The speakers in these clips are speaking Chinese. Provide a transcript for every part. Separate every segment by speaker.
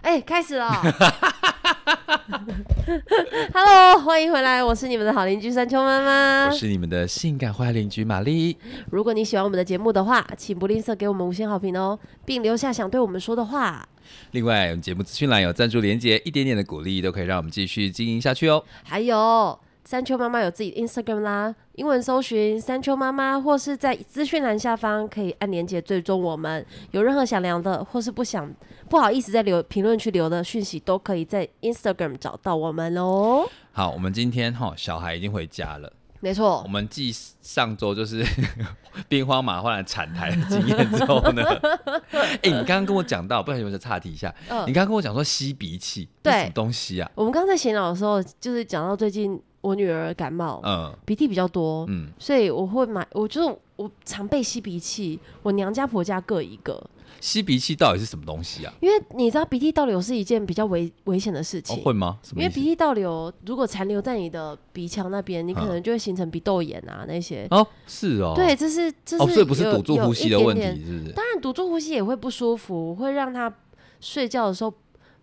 Speaker 1: 哎、开始了。Hello，欢迎回来，我是你们的好邻居山丘妈妈
Speaker 2: 我。是你们的性感坏邻居玛丽，
Speaker 1: 如果你喜欢我们的节目的话，请不吝啬给我们五星好评哦，并留下想对我们说的话。
Speaker 2: 另外，我们节目资讯栏有赞助连接，一点点的鼓励都可以让我们继续经营下去哦。
Speaker 1: 还有，山丘妈妈有自己的 Instagram 啦，英文搜寻山丘妈妈，或是在资讯栏下方可以按连接追踪我们。有任何想聊的，或是不想不好意思在留评论区留的讯息，都可以在 Instagram 找到我们哦。
Speaker 2: 好，我们今天哈、小孩已经回家了，
Speaker 1: 没
Speaker 2: 我
Speaker 1: 错，
Speaker 2: 们继上周就是 兵荒马乱的产台的经验之后 呢，哎、你刚刚跟我讲到，不小心我就岔题一下，
Speaker 1: 嗯
Speaker 2: 你刚刚跟我讲说吸鼻涕，
Speaker 1: 对
Speaker 2: 那什么东西啊？
Speaker 1: 我们刚才闲聊的时候，就是讲到最近我女儿感冒，
Speaker 2: 嗯
Speaker 1: 鼻涕比较多，
Speaker 2: 嗯，
Speaker 1: 所以我会买，我就是我常备吸鼻器，我娘家婆家各一个，
Speaker 2: 吸鼻涕到底是什么东西啊？
Speaker 1: 因为你知道鼻涕倒流是一件比较危危险的事
Speaker 2: 哦
Speaker 1: 情，。
Speaker 2: 会吗？什
Speaker 1: 因
Speaker 2: 么
Speaker 1: 为
Speaker 2: 意
Speaker 1: 鼻
Speaker 2: 思？
Speaker 1: 涕倒流，如果残留在你的鼻腔那边，你可能就会形成鼻窦炎啊那些。
Speaker 2: 哦，是嗯哦，
Speaker 1: 对，这是这是有、
Speaker 2: 哦，所以不是堵住呼吸的
Speaker 1: 有一
Speaker 2: 问
Speaker 1: 点
Speaker 2: 题，
Speaker 1: 点
Speaker 2: 是不是？
Speaker 1: 当然，堵住呼吸也会不舒服，会让他睡觉的时候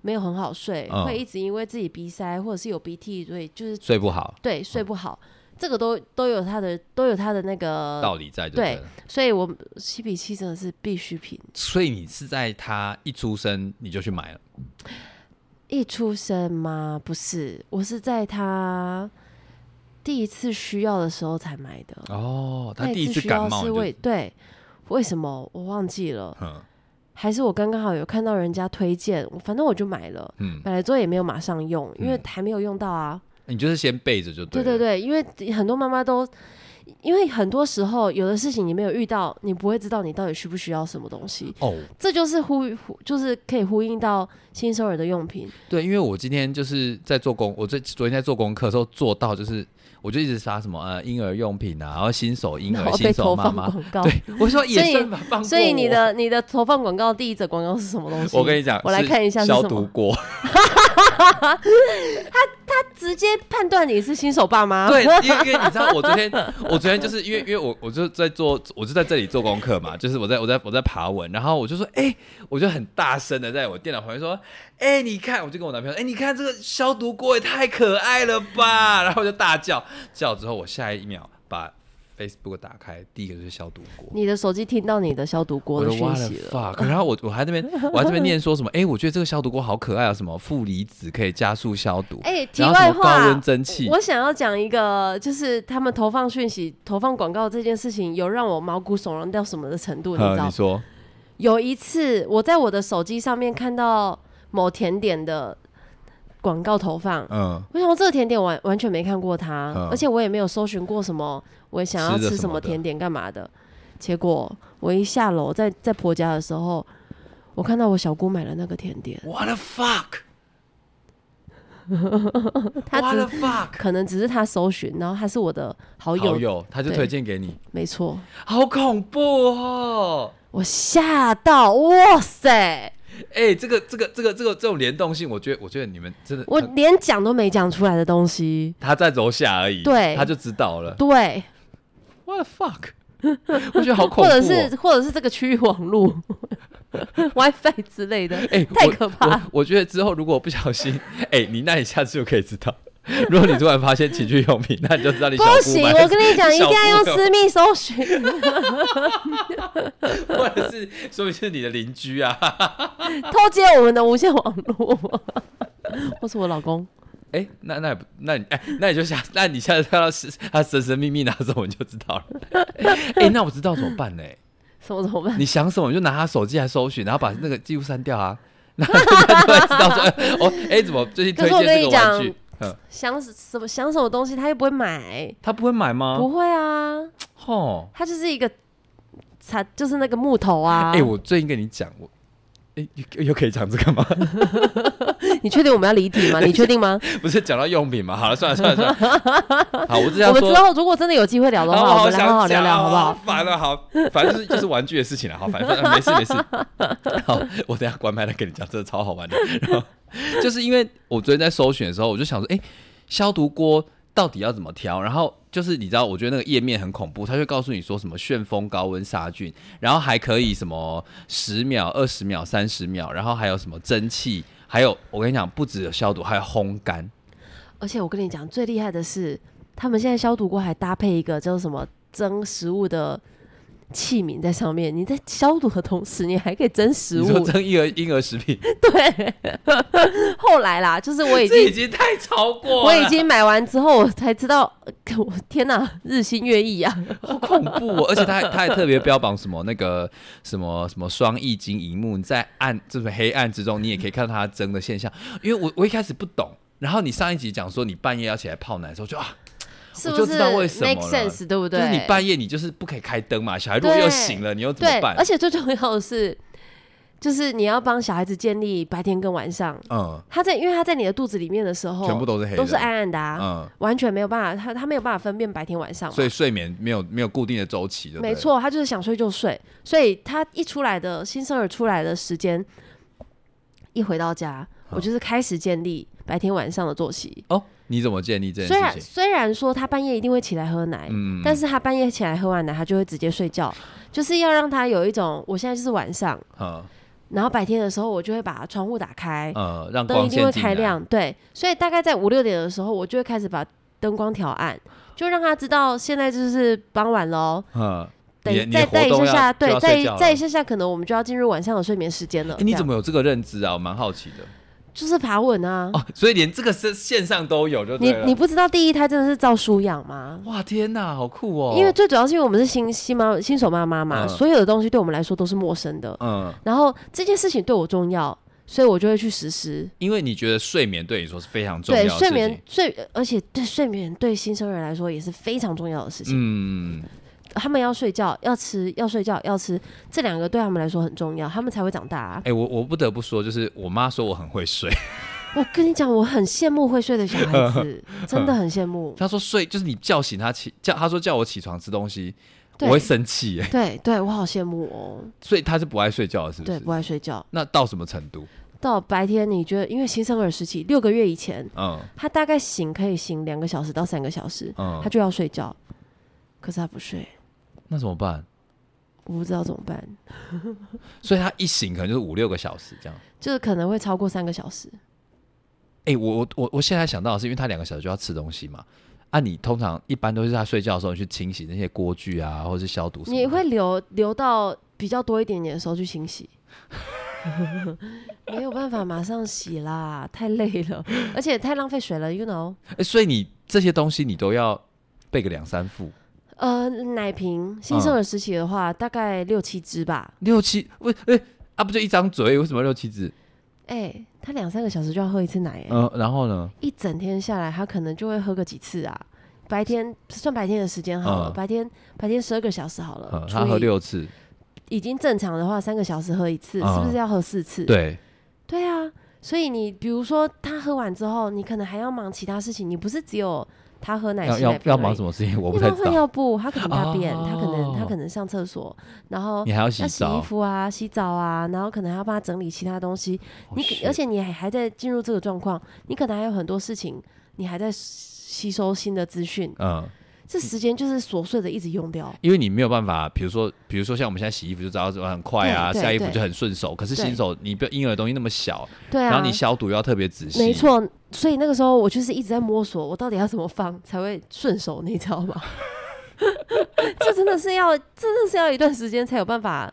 Speaker 1: 没有很好睡，
Speaker 2: 嗯
Speaker 1: 会一直因为自己鼻塞或者是有鼻涕，所以就是
Speaker 2: 睡不好，
Speaker 1: 对睡不好，这个都都有它的都有它的那
Speaker 2: 道
Speaker 1: 个，
Speaker 2: 理在就
Speaker 1: 嗯对
Speaker 2: 了。
Speaker 1: 所以我吸鼻器真的是必需品。
Speaker 2: 所以你是在他一出生你就去买了，
Speaker 1: 一出生吗？不是，我是在他第一次需要的时候才买的。
Speaker 2: 哦，他
Speaker 1: 那
Speaker 2: 第一次
Speaker 1: 需
Speaker 2: 感
Speaker 1: 要
Speaker 2: 冒
Speaker 1: 是
Speaker 2: 你就
Speaker 1: 为，对，为什么我忘记了？
Speaker 2: 嗯
Speaker 1: 还是我刚刚好有看到人家推荐，反正我就买了。
Speaker 2: 嗯，
Speaker 1: 买了之后也没有马上用，因为
Speaker 2: 嗯
Speaker 1: 还没有用到啊。
Speaker 2: 你就是先备着就
Speaker 1: 对
Speaker 2: 对
Speaker 1: 对
Speaker 2: 了，
Speaker 1: 对，因为很多妈妈都，因为很多时候有的事情你没有遇到，你不会知道你到底需不需要什么东西。
Speaker 2: 哦，
Speaker 1: 这就是呼呼，就是可以呼应到新生儿的用品。
Speaker 2: 对，因为我今天就是在做功，我这昨天在做功课的时候做到，就是我就一直查什么呃婴儿用品啊，然后新手婴
Speaker 1: 然
Speaker 2: 儿、
Speaker 1: 后被
Speaker 2: 新手
Speaker 1: 投
Speaker 2: 妈
Speaker 1: 放
Speaker 2: 妈，
Speaker 1: 广告。
Speaker 2: 对，我说也
Speaker 1: 所以
Speaker 2: 算吧，放过
Speaker 1: 所以你
Speaker 2: 我。
Speaker 1: 的你的投放广告第一则广告是什么东西？
Speaker 2: 我跟你讲，
Speaker 1: 我来
Speaker 2: 是
Speaker 1: 看一下是
Speaker 2: 消
Speaker 1: 什
Speaker 2: 毒
Speaker 1: 么，
Speaker 2: 锅。
Speaker 1: 直接判断你是新手爸 妈。
Speaker 2: 对，因为因为你知道，我昨天我昨天就是因为因为我我就在做，我就在这里做功课嘛，就是我在我在我在爬文，然后我就说，哎、我就很大声的在我电脑旁边说，哎、你看，我就跟我男朋友，哎、你看这个消毒锅也太可爱了吧，然后我就大叫，叫之后我下一秒把 Facebook 打开，第一个就是消毒锅。
Speaker 1: 你的手机听到你的消毒锅
Speaker 2: 我
Speaker 1: 的
Speaker 2: 就
Speaker 1: 讯
Speaker 2: 哇了
Speaker 1: 息了。
Speaker 2: fuck，然后我我还在那边我还在那边念说什么？哎、我觉得这个消毒锅好可爱啊，什么负离子可以加速消毒，
Speaker 1: 哎、题
Speaker 2: 然后什
Speaker 1: 外
Speaker 2: 么高
Speaker 1: 话
Speaker 2: 温，蒸汽，
Speaker 1: 我想要讲一个，就是他们投放讯息、投放广告这件事情，有让我毛骨悚然到什么的程度，你知
Speaker 2: 呃
Speaker 1: 道
Speaker 2: 你
Speaker 1: 吗？
Speaker 2: 说
Speaker 1: 有一次，我在我的手机上面看到某甜点的广告投放，
Speaker 2: 嗯。
Speaker 1: 我想说这个甜点完完全没看过它，
Speaker 2: 嗯
Speaker 1: 而且我也没有搜寻过什么我想要
Speaker 2: 吃的
Speaker 1: 吃
Speaker 2: 什
Speaker 1: 什
Speaker 2: 么
Speaker 1: 么
Speaker 2: 的
Speaker 1: 甜点干嘛的。结果我一下楼，在在婆家的时候，我看到我小姑买了那个甜点，
Speaker 2: What the fuck？
Speaker 1: 她
Speaker 2: What
Speaker 1: 只
Speaker 2: the fuck？
Speaker 1: 可能只是她搜寻，然后她是我的好友，
Speaker 2: 好友，他就
Speaker 1: 对
Speaker 2: 推荐给你，
Speaker 1: 没错，
Speaker 2: 好恐怖哦！
Speaker 1: 我吓到，哇塞，
Speaker 2: 哎、这个这个这个这个这种联动性，我觉得我觉得你们真的，
Speaker 1: 我
Speaker 2: 他
Speaker 1: 连讲都没讲出来的东西，
Speaker 2: 他在楼下而已，
Speaker 1: 对
Speaker 2: 他就知道了。
Speaker 1: 对，
Speaker 2: What the fuck？我 觉得好恐怖、
Speaker 1: 或
Speaker 2: 哦，
Speaker 1: 者是或者是这个区域网络 WiFi 之类的，
Speaker 2: 哎、
Speaker 1: 太
Speaker 2: 我
Speaker 1: 可怕了。
Speaker 2: 我！我觉得之后如果不小心， 哎、你那你下次就可以知道。 如果你突然发现情趣用品，那你就知道你小
Speaker 1: 不
Speaker 2: 姑
Speaker 1: 行，
Speaker 2: 买
Speaker 1: 我跟你讲，一定要用
Speaker 2: 小姑
Speaker 1: 私密搜寻，
Speaker 2: 或者是说明是你的邻居啊。
Speaker 1: 偷接我们的无线网 络。我是我老公，
Speaker 2: 哎、那那也不，那你哎、那你就下，那你下次看到是 他神神秘秘拿什么，你就知道了。哎、那我知道怎么 办呢、
Speaker 1: 什么怎么办？
Speaker 2: 你想什么，你就拿他手机来搜寻，然后把那个记录删 掉啊。那他就会知道说，哎哦，哎、怎么最近推荐这个玩具？嗯，
Speaker 1: 想什么想什么东西，他又不会买，
Speaker 2: 他不会买吗？哦
Speaker 1: 不会啊，
Speaker 2: 吼，
Speaker 1: 他就是一个，他就是那个木头啊。
Speaker 2: 哎、我最近跟你讲，我，哎、又又可以讲这个吗？
Speaker 1: 你确定我们要离题吗？你确定吗？
Speaker 2: 不是讲到用品吗？好了，算了算了算 了。好，我只
Speaker 1: 我
Speaker 2: 想
Speaker 1: 们
Speaker 2: 啊说
Speaker 1: 之，后如果真的有机会聊的
Speaker 2: 啊
Speaker 1: 话，我们来
Speaker 2: 想哦
Speaker 1: 好好聊聊，
Speaker 2: 讲
Speaker 1: 好不好？？
Speaker 2: 烦了，好，反正就是就是玩具的事情了，啊好，反正没事没事。好， 我等一下关麦来跟你讲，真的超好玩的。然后就是因为我昨天在搜寻的时候，我就想说，哎、消毒锅到底要怎么挑？然后就是你知道，我觉得那个页面很恐怖，它就告诉你说什么旋风高温杀菌，然后还可以什么十秒、二十秒、三十秒，然后还有什么蒸汽。还有我跟你讲，不止有消毒，还有烘干。
Speaker 1: 而且我跟你讲，最厉害的是，他们现在消毒锅还搭配一个叫什么蒸食物的器皿在上面。你在消毒的同时，你还可以蒸食
Speaker 2: 你说
Speaker 1: 物。
Speaker 2: 蒸婴儿婴儿食品，
Speaker 1: 对， 后来啦，就是我已
Speaker 2: 这已
Speaker 1: 经
Speaker 2: 经太超过了，
Speaker 1: 我已经买完之后，我才知道，呃我天哪，日新月异啊！
Speaker 2: 好恐怖、哦，而且他还他还特别标榜什么那个什么什么双易经荧幕，你在暗这种黑暗之中，你也可以看到它蒸的现象。因为我我一开始不懂，然后你上一集讲说你半夜要起来泡奶的时候，就啊，
Speaker 1: 是
Speaker 2: 我
Speaker 1: 不
Speaker 2: 就是知道为什么
Speaker 1: make
Speaker 2: 了
Speaker 1: sense 对不
Speaker 2: 就
Speaker 1: 对？
Speaker 2: 是你半夜你就是不可以开灯嘛，小孩如果又醒了，你又怎
Speaker 1: 对
Speaker 2: 么，办
Speaker 1: 而？且最重要的是，就是你要帮小孩子建立白天跟晚上。
Speaker 2: 嗯
Speaker 1: 他在，因为他在你的肚子里面的时候，
Speaker 2: 全部都是黑的
Speaker 1: 都是暗暗的啊，
Speaker 2: 嗯，
Speaker 1: 完全没有办法，他他没有办法分辨白天晚上嘛。
Speaker 2: 所以睡眠没有没有固定的周期，对不对
Speaker 1: 没，错，他就是想睡就睡，所以他一出来的新生儿出来的时间，一回到家，我就是开始建立白天晚上的作息。
Speaker 2: 哦，你怎么建立这
Speaker 1: 虽
Speaker 2: 件事
Speaker 1: 然
Speaker 2: 情？
Speaker 1: 虽然说他半夜一定会起来喝奶，
Speaker 2: 嗯，
Speaker 1: 但是他半夜起来喝完奶，他就会直接睡觉，就是要让他有一种我现在就是晚上，
Speaker 2: 嗯
Speaker 1: 然后白天的时候我就会把窗户打开，
Speaker 2: 呃，让
Speaker 1: 哎灯
Speaker 2: 光
Speaker 1: 一定会
Speaker 2: 线进
Speaker 1: 开
Speaker 2: 来。
Speaker 1: 亮，对，所以大概在五六点的时候，我就会开始把灯光调暗，就让他知道现在就是傍晚喽。
Speaker 2: 嗯，你
Speaker 1: 等
Speaker 2: 你
Speaker 1: 再
Speaker 2: 的
Speaker 1: 再
Speaker 2: 活
Speaker 1: 一
Speaker 2: 动
Speaker 1: 下
Speaker 2: 要
Speaker 1: 下，
Speaker 2: 就
Speaker 1: 对，
Speaker 2: 要
Speaker 1: 再
Speaker 2: 睡
Speaker 1: 一
Speaker 2: 觉了
Speaker 1: 再一下下，可能我们就要进入晚上的睡眠时间了。
Speaker 2: 欸你
Speaker 1: 这
Speaker 2: 怎
Speaker 1: 样
Speaker 2: 么有这个认知啊？我蛮好奇的
Speaker 1: 就是爬稳啊？
Speaker 2: 哦，所以连这个是线上都有就
Speaker 1: 你
Speaker 2: 对了。
Speaker 1: 你不知道第一胎真的是照书养吗？
Speaker 2: 哇，天哪，好酷哦！
Speaker 1: 因为最主要是因为我们是新新妈新手妈妈嘛，
Speaker 2: 嗯
Speaker 1: 所有的东西对我们来说都是陌生的。
Speaker 2: 嗯，
Speaker 1: 然后这件事情对我重要，所以我就会去实施。
Speaker 2: 因为你觉得睡眠对你说是非常重要的
Speaker 1: 对，
Speaker 2: 事情
Speaker 1: 睡眠睡，而且对睡眠对新生儿来说也是非常重要的事情。
Speaker 2: 嗯，
Speaker 1: 他们要睡觉，要吃，要睡觉，要吃，这两个对他们来说很重要，他们才会长大、啊
Speaker 2: 哎、。我我不得不说，就是我妈说我很 会睡，
Speaker 1: 我跟你讲，我很羡慕会睡的小孩子， 真的很羡慕。
Speaker 2: 她说睡就是你叫醒她起叫，她说叫我起床吃东西，
Speaker 1: 对
Speaker 2: 我会生气哎，
Speaker 1: 对对，我好羡慕哦。
Speaker 2: 所以她是不爱睡觉的，是不
Speaker 1: 对，
Speaker 2: 是？
Speaker 1: 不爱睡觉，
Speaker 2: 那到什么程度？
Speaker 1: 到白天你觉得，因为新生儿时期六个月以前，
Speaker 2: 嗯
Speaker 1: 他大概醒可以醒两个小时到三个小时，他
Speaker 2: 嗯，
Speaker 1: 就要睡觉，可是他不睡，
Speaker 2: 那怎么办？
Speaker 1: 我不知道怎么办，
Speaker 2: 所以她一醒可能就是五六个小时这样。
Speaker 1: 就是可能会超过三个小时。
Speaker 2: 哎、我我我我现在想到的是，因为他两个小时就要吃东西嘛。啊，你通常一般都是在睡觉的时候你去清洗那些锅具啊，或者是消毒什么的。
Speaker 1: 你会留留到比较多一点点的时候去清 洗，没有办法马上洗啦，太累了，而且太浪费水了，you know。
Speaker 2: 欸所以你这些东西你都要备个两三副，
Speaker 1: 呃，奶瓶新生儿时期的话，大概六七支吧。
Speaker 2: 六七喂哎、啊，不就一张嘴？为什么六七只？
Speaker 1: 哎、他两三个小时就要喝一次奶、哎、
Speaker 2: 嗯、然后呢？
Speaker 1: 一整天下来，他可能就会喝个几次啊。白天算白天的时间好了，
Speaker 2: 嗯
Speaker 1: 白天白天十二个小时好了，
Speaker 2: 嗯，
Speaker 1: 除
Speaker 2: 他喝
Speaker 1: 以
Speaker 2: 六次，
Speaker 1: 已经正常的话，三个小时喝一次，
Speaker 2: 嗯
Speaker 1: 是不是要喝四次？
Speaker 2: 对，
Speaker 1: 对啊，所以你比如说他喝完之后，你可能还要忙其他事情，你不是只有他喝奶
Speaker 2: 要
Speaker 1: 吃奶
Speaker 2: 要要忙
Speaker 1: 忙
Speaker 2: 什么事情？
Speaker 1: 么？
Speaker 2: 我不
Speaker 1: 一
Speaker 2: 太
Speaker 1: 般
Speaker 2: 知
Speaker 1: 换
Speaker 2: 道。
Speaker 1: 尿布，他可能大便，他可能他
Speaker 2: 哦
Speaker 1: 可能上厕所，然后
Speaker 2: 你还要
Speaker 1: 要
Speaker 2: 洗
Speaker 1: 洗衣
Speaker 2: 澡，
Speaker 1: 服啊、洗澡啊，然后可能还要帮他整理其他东西。
Speaker 2: 哦
Speaker 1: 你可而
Speaker 2: ，shit
Speaker 1: 且你还还在进入这个状况，你可能还有很多事情，你还在吸收新的资讯，
Speaker 2: 嗯，
Speaker 1: 这时间就是琐碎的一直用掉。
Speaker 2: 因为你没有办法，比如说，比如说像我们现在洗衣服就知道很快啊，
Speaker 1: 对对
Speaker 2: 晒衣服
Speaker 1: 对
Speaker 2: 就很顺手。可是
Speaker 1: 对
Speaker 2: 新手你不要婴儿的东西那么小，
Speaker 1: 对
Speaker 2: 然
Speaker 1: 啊
Speaker 2: 后你，消毒又要特别仔细，
Speaker 1: 没错。所以那个时候我就是一直在摸索，我到底要怎么放才会顺手，你知道吗？ 这真的是要，真的是要一段时间才有办法，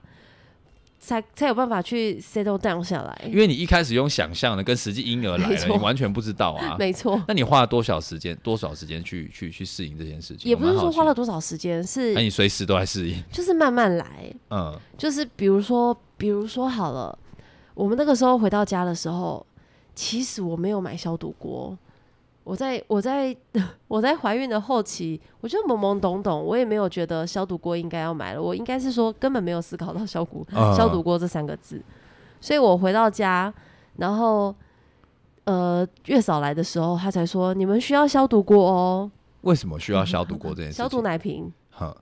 Speaker 1: 才才有办法去 settle down 下来
Speaker 2: 因。为你一开始用想象的，跟实际婴儿来
Speaker 1: 没
Speaker 2: 了，
Speaker 1: 错
Speaker 2: 你完全不知道啊。
Speaker 1: 没错，
Speaker 2: 那你花了多少时间？多少时间去去去适应这件事情？
Speaker 1: 也不是
Speaker 2: 我蛮好
Speaker 1: 说
Speaker 2: 奇哎
Speaker 1: 花了，多少时间，
Speaker 2: 那、
Speaker 1: 是
Speaker 2: 你随时都在适应。
Speaker 1: 就是慢慢来。
Speaker 2: 嗯，
Speaker 1: 就是比如说，比如说好了，我们那个时候回到家的时候，其实我没有买消毒锅。我在我在 我在怀孕的后期，我就懵懵懂懂，我也没有觉得消毒锅应该要买了，我应该是说根本没有思考到消毒、
Speaker 2: 嗯
Speaker 1: 消毒锅这三个字，所以我回到家，然后呃月嫂来的时候，她才说你们需要消毒锅哦，
Speaker 2: 为什么需要消毒锅这件事情？
Speaker 1: 消毒奶瓶，
Speaker 2: 嗯哼，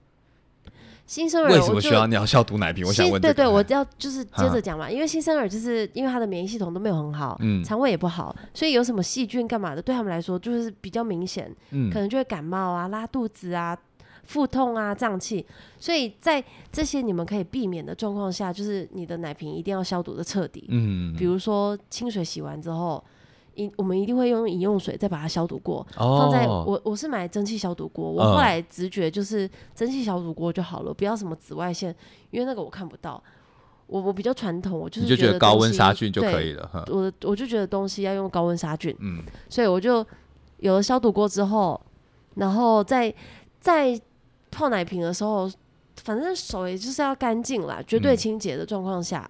Speaker 1: 新生儿
Speaker 2: 为
Speaker 1: 我
Speaker 2: 什么
Speaker 1: 就
Speaker 2: 需要尿消毒奶瓶？我想
Speaker 1: 新
Speaker 2: 问、这
Speaker 1: 对
Speaker 2: 个
Speaker 1: 对，我要就是接着讲嘛，因为新生儿就是因为他的免疫系统都没有很好，
Speaker 2: 嗯
Speaker 1: 肠胃也不好，所以有什么细菌干嘛的，对他们来说就是比较明显，可
Speaker 2: 嗯
Speaker 1: 能就会感冒啊、拉肚子啊、腹痛啊、胀气。所以在这些你们可以避免的状况下，就是你的奶瓶一定要消毒的彻底。
Speaker 2: 嗯
Speaker 1: 比如说清水洗完之后，饮我们一定会用饮用水再把它消毒过，
Speaker 2: 哦
Speaker 1: 放在我我是买蒸汽消毒锅，我
Speaker 2: 嗯
Speaker 1: 后来直觉就是蒸汽消毒锅就好了，不要什么紫外线，因为那个我看不到。我我比较传统，我就
Speaker 2: 你
Speaker 1: 是
Speaker 2: 就觉得高温
Speaker 1: 东西
Speaker 2: 杀菌就可
Speaker 1: 对
Speaker 2: 以了，哈，
Speaker 1: 我我就觉得东西要用高温杀菌，
Speaker 2: 嗯，
Speaker 1: 所以我就有了消毒锅之后，然后在在泡奶瓶的时候，反正手也就是要干净啦，绝对
Speaker 2: 嗯
Speaker 1: 清洁的状况下，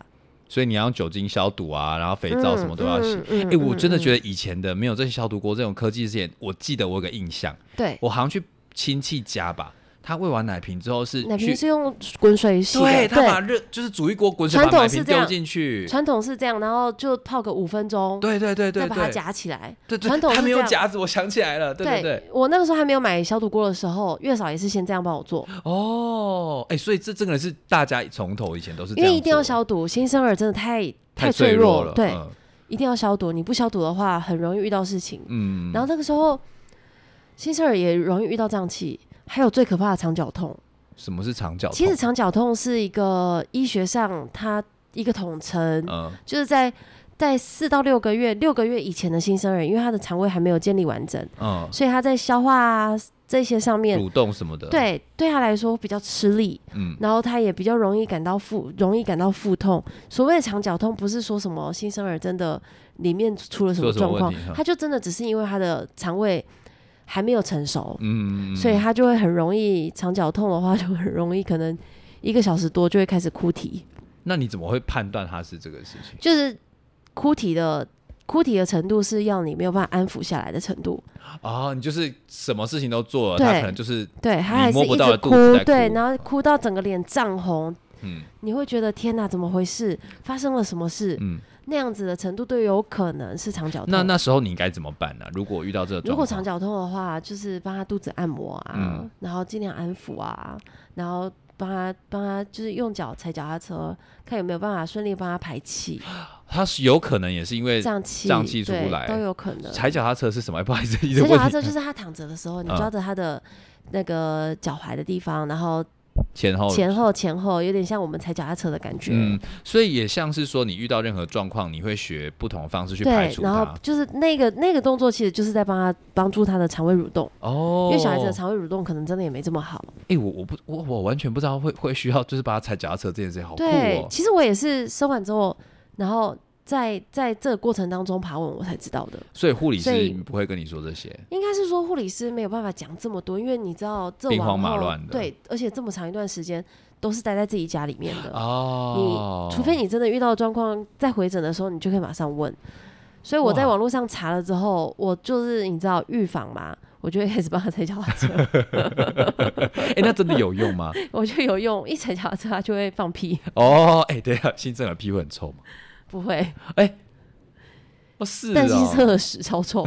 Speaker 2: 所以你要用酒精消毒啊，然后肥皂什么都要洗。
Speaker 1: 嗯。
Speaker 2: 哎、
Speaker 1: 嗯
Speaker 2: 我真的觉得以前的没有这些消毒锅这种科技之前，我记得我有个印象，
Speaker 1: 对，
Speaker 2: 我好像去亲戚家吧，他喂完奶瓶之后是
Speaker 1: 奶瓶
Speaker 2: 去，
Speaker 1: 是用滚水洗的，
Speaker 2: 对
Speaker 1: 对，
Speaker 2: 他把热就是煮一锅滚水
Speaker 1: 传
Speaker 2: 把
Speaker 1: 统
Speaker 2: 奶
Speaker 1: 是
Speaker 2: 瓶
Speaker 1: 这样
Speaker 2: 丢进去，
Speaker 1: 传统是这样，然后就泡个五分钟，
Speaker 2: 对对对对
Speaker 1: 再把它
Speaker 2: 对，
Speaker 1: 夹起来。
Speaker 2: 对对，
Speaker 1: 传统
Speaker 2: 他
Speaker 1: 是
Speaker 2: 没
Speaker 1: 这
Speaker 2: 有
Speaker 1: 样。
Speaker 2: 夹子，我想起来了，对对对，
Speaker 1: 我那个时候还没有买消毒锅的时候，月嫂也是先这样帮我做，
Speaker 2: 哦，哎、所以这真的是大家从头以前都是这
Speaker 1: 因
Speaker 2: 样
Speaker 1: 为
Speaker 2: 做，
Speaker 1: 一定要消毒，新生儿真的太
Speaker 2: 太
Speaker 1: 脆
Speaker 2: 弱
Speaker 1: 了，
Speaker 2: 了，
Speaker 1: 对，
Speaker 2: 嗯
Speaker 1: 一定要消毒，你不消毒的话，很容易遇到事情。
Speaker 2: 嗯，
Speaker 1: 然后那个时候，新生儿也容易遇到胀气，还有最可怕的肠绞痛。
Speaker 2: 什么是长脚？
Speaker 1: 其实，肠绞痛是一个医学上它一个统称，
Speaker 2: 嗯
Speaker 1: 就是在在四到六个月，六个月以前的新生儿，因为他的肠胃还没有建立完整，
Speaker 2: 嗯，
Speaker 1: 所以他在消化啊这些上面，
Speaker 2: 蠕动什么的，，
Speaker 1: 对对他来说比较吃力，
Speaker 2: 嗯
Speaker 1: 然后他也比较容易感到腹容易感到腹痛。所谓的肠绞痛，不是说什么新生儿真的里面出了什么
Speaker 2: 出了什
Speaker 1: 状
Speaker 2: 么
Speaker 1: 况
Speaker 2: 问题哈，
Speaker 1: 他就真的只是因为他的肠胃还没有成熟，
Speaker 2: 嗯，
Speaker 1: 所以他就会很容易肠绞痛的话，就很容易可能一个小时多就会开始哭啼，
Speaker 2: 那你怎么会判断它是这个事情？
Speaker 1: 就是哭啼的。哭啼的程度是要你没有办法安抚下来的程度，
Speaker 2: 哦，你就是什么事情都做了，
Speaker 1: 对
Speaker 2: 他可能就是
Speaker 1: 对，他还
Speaker 2: 你
Speaker 1: 是
Speaker 2: 摸不
Speaker 1: 一
Speaker 2: 到
Speaker 1: 直
Speaker 2: 的肚子在哭
Speaker 1: 对，然后哭到整个脸涨红，
Speaker 2: 嗯
Speaker 1: 你会觉得天哪，怎么回事？发生了什么事？
Speaker 2: 嗯。
Speaker 1: 那样子的程度都有可能是肠绞痛。
Speaker 2: 那那时候你应该怎么办呢、如果遇到这个
Speaker 1: 哦如
Speaker 2: 状
Speaker 1: 果
Speaker 2: 况，
Speaker 1: 肠绞痛的话，就是帮他肚子按摩啊，
Speaker 2: 嗯
Speaker 1: 然后尽量安抚啊，然后帮他帮他就是用脚踩脚踏车，看有没有办法顺利帮他排气、
Speaker 2: 他是有可能也是因为
Speaker 1: 胀气、
Speaker 2: 呃胀气出不
Speaker 1: 对
Speaker 2: 来
Speaker 1: 都有可能。
Speaker 2: 踩脚踏车是什么？不好意思，一直
Speaker 1: 踩脚
Speaker 2: 问
Speaker 1: 踏
Speaker 2: 你
Speaker 1: 车就是他躺着的时候，你
Speaker 2: 嗯
Speaker 1: 抓着他的那个脚踝的地方，然后
Speaker 2: 前后
Speaker 1: 前后前后，有点像我们踩脚踏车的感觉。
Speaker 2: 嗯，所以也像是说你遇到任何状况，你会学不同的方式去排
Speaker 1: 对，
Speaker 2: 除
Speaker 1: 然后
Speaker 2: 它。
Speaker 1: 就是那个那个动作，其实就是在帮他帮助他的肠胃蠕动。
Speaker 2: 哦，
Speaker 1: 因为小孩子的肠胃蠕动可能真的也没这么好。
Speaker 2: 哎、我我不我我完全不知道会会需要就是把它踩脚踏车这件事情，好酷
Speaker 1: 对
Speaker 2: 哦，。
Speaker 1: 其实我也是生完之后，然后在在这个过程当中爬文，我才知道的。
Speaker 2: 所以护理
Speaker 1: 所
Speaker 2: 师
Speaker 1: 以
Speaker 2: 不会跟你说这些，
Speaker 1: 应该是说护理师没有办法讲这么多，因为你知道这
Speaker 2: 兵
Speaker 1: 往
Speaker 2: 荒马
Speaker 1: 后
Speaker 2: 乱的
Speaker 1: 对，而且这么长一段时间都是待在自己家里面的，
Speaker 2: 哦，
Speaker 1: 除呃非你真的遇到状况，在回诊的时候你就可以马上问。所以我在
Speaker 2: 哇
Speaker 1: 网络上查了之后，我就是你知道预防嘛，我就会开始帮他 踩脚踏车，
Speaker 2: 哎、那真的有用 吗？
Speaker 1: 我就有用，一踩脚踏车他就会放屁，
Speaker 2: 哦，哎、对啊，新生儿屁会很臭吗？
Speaker 1: 不会，
Speaker 2: 哦，是
Speaker 1: 但新
Speaker 2: 哦，
Speaker 1: 生儿屎超臭。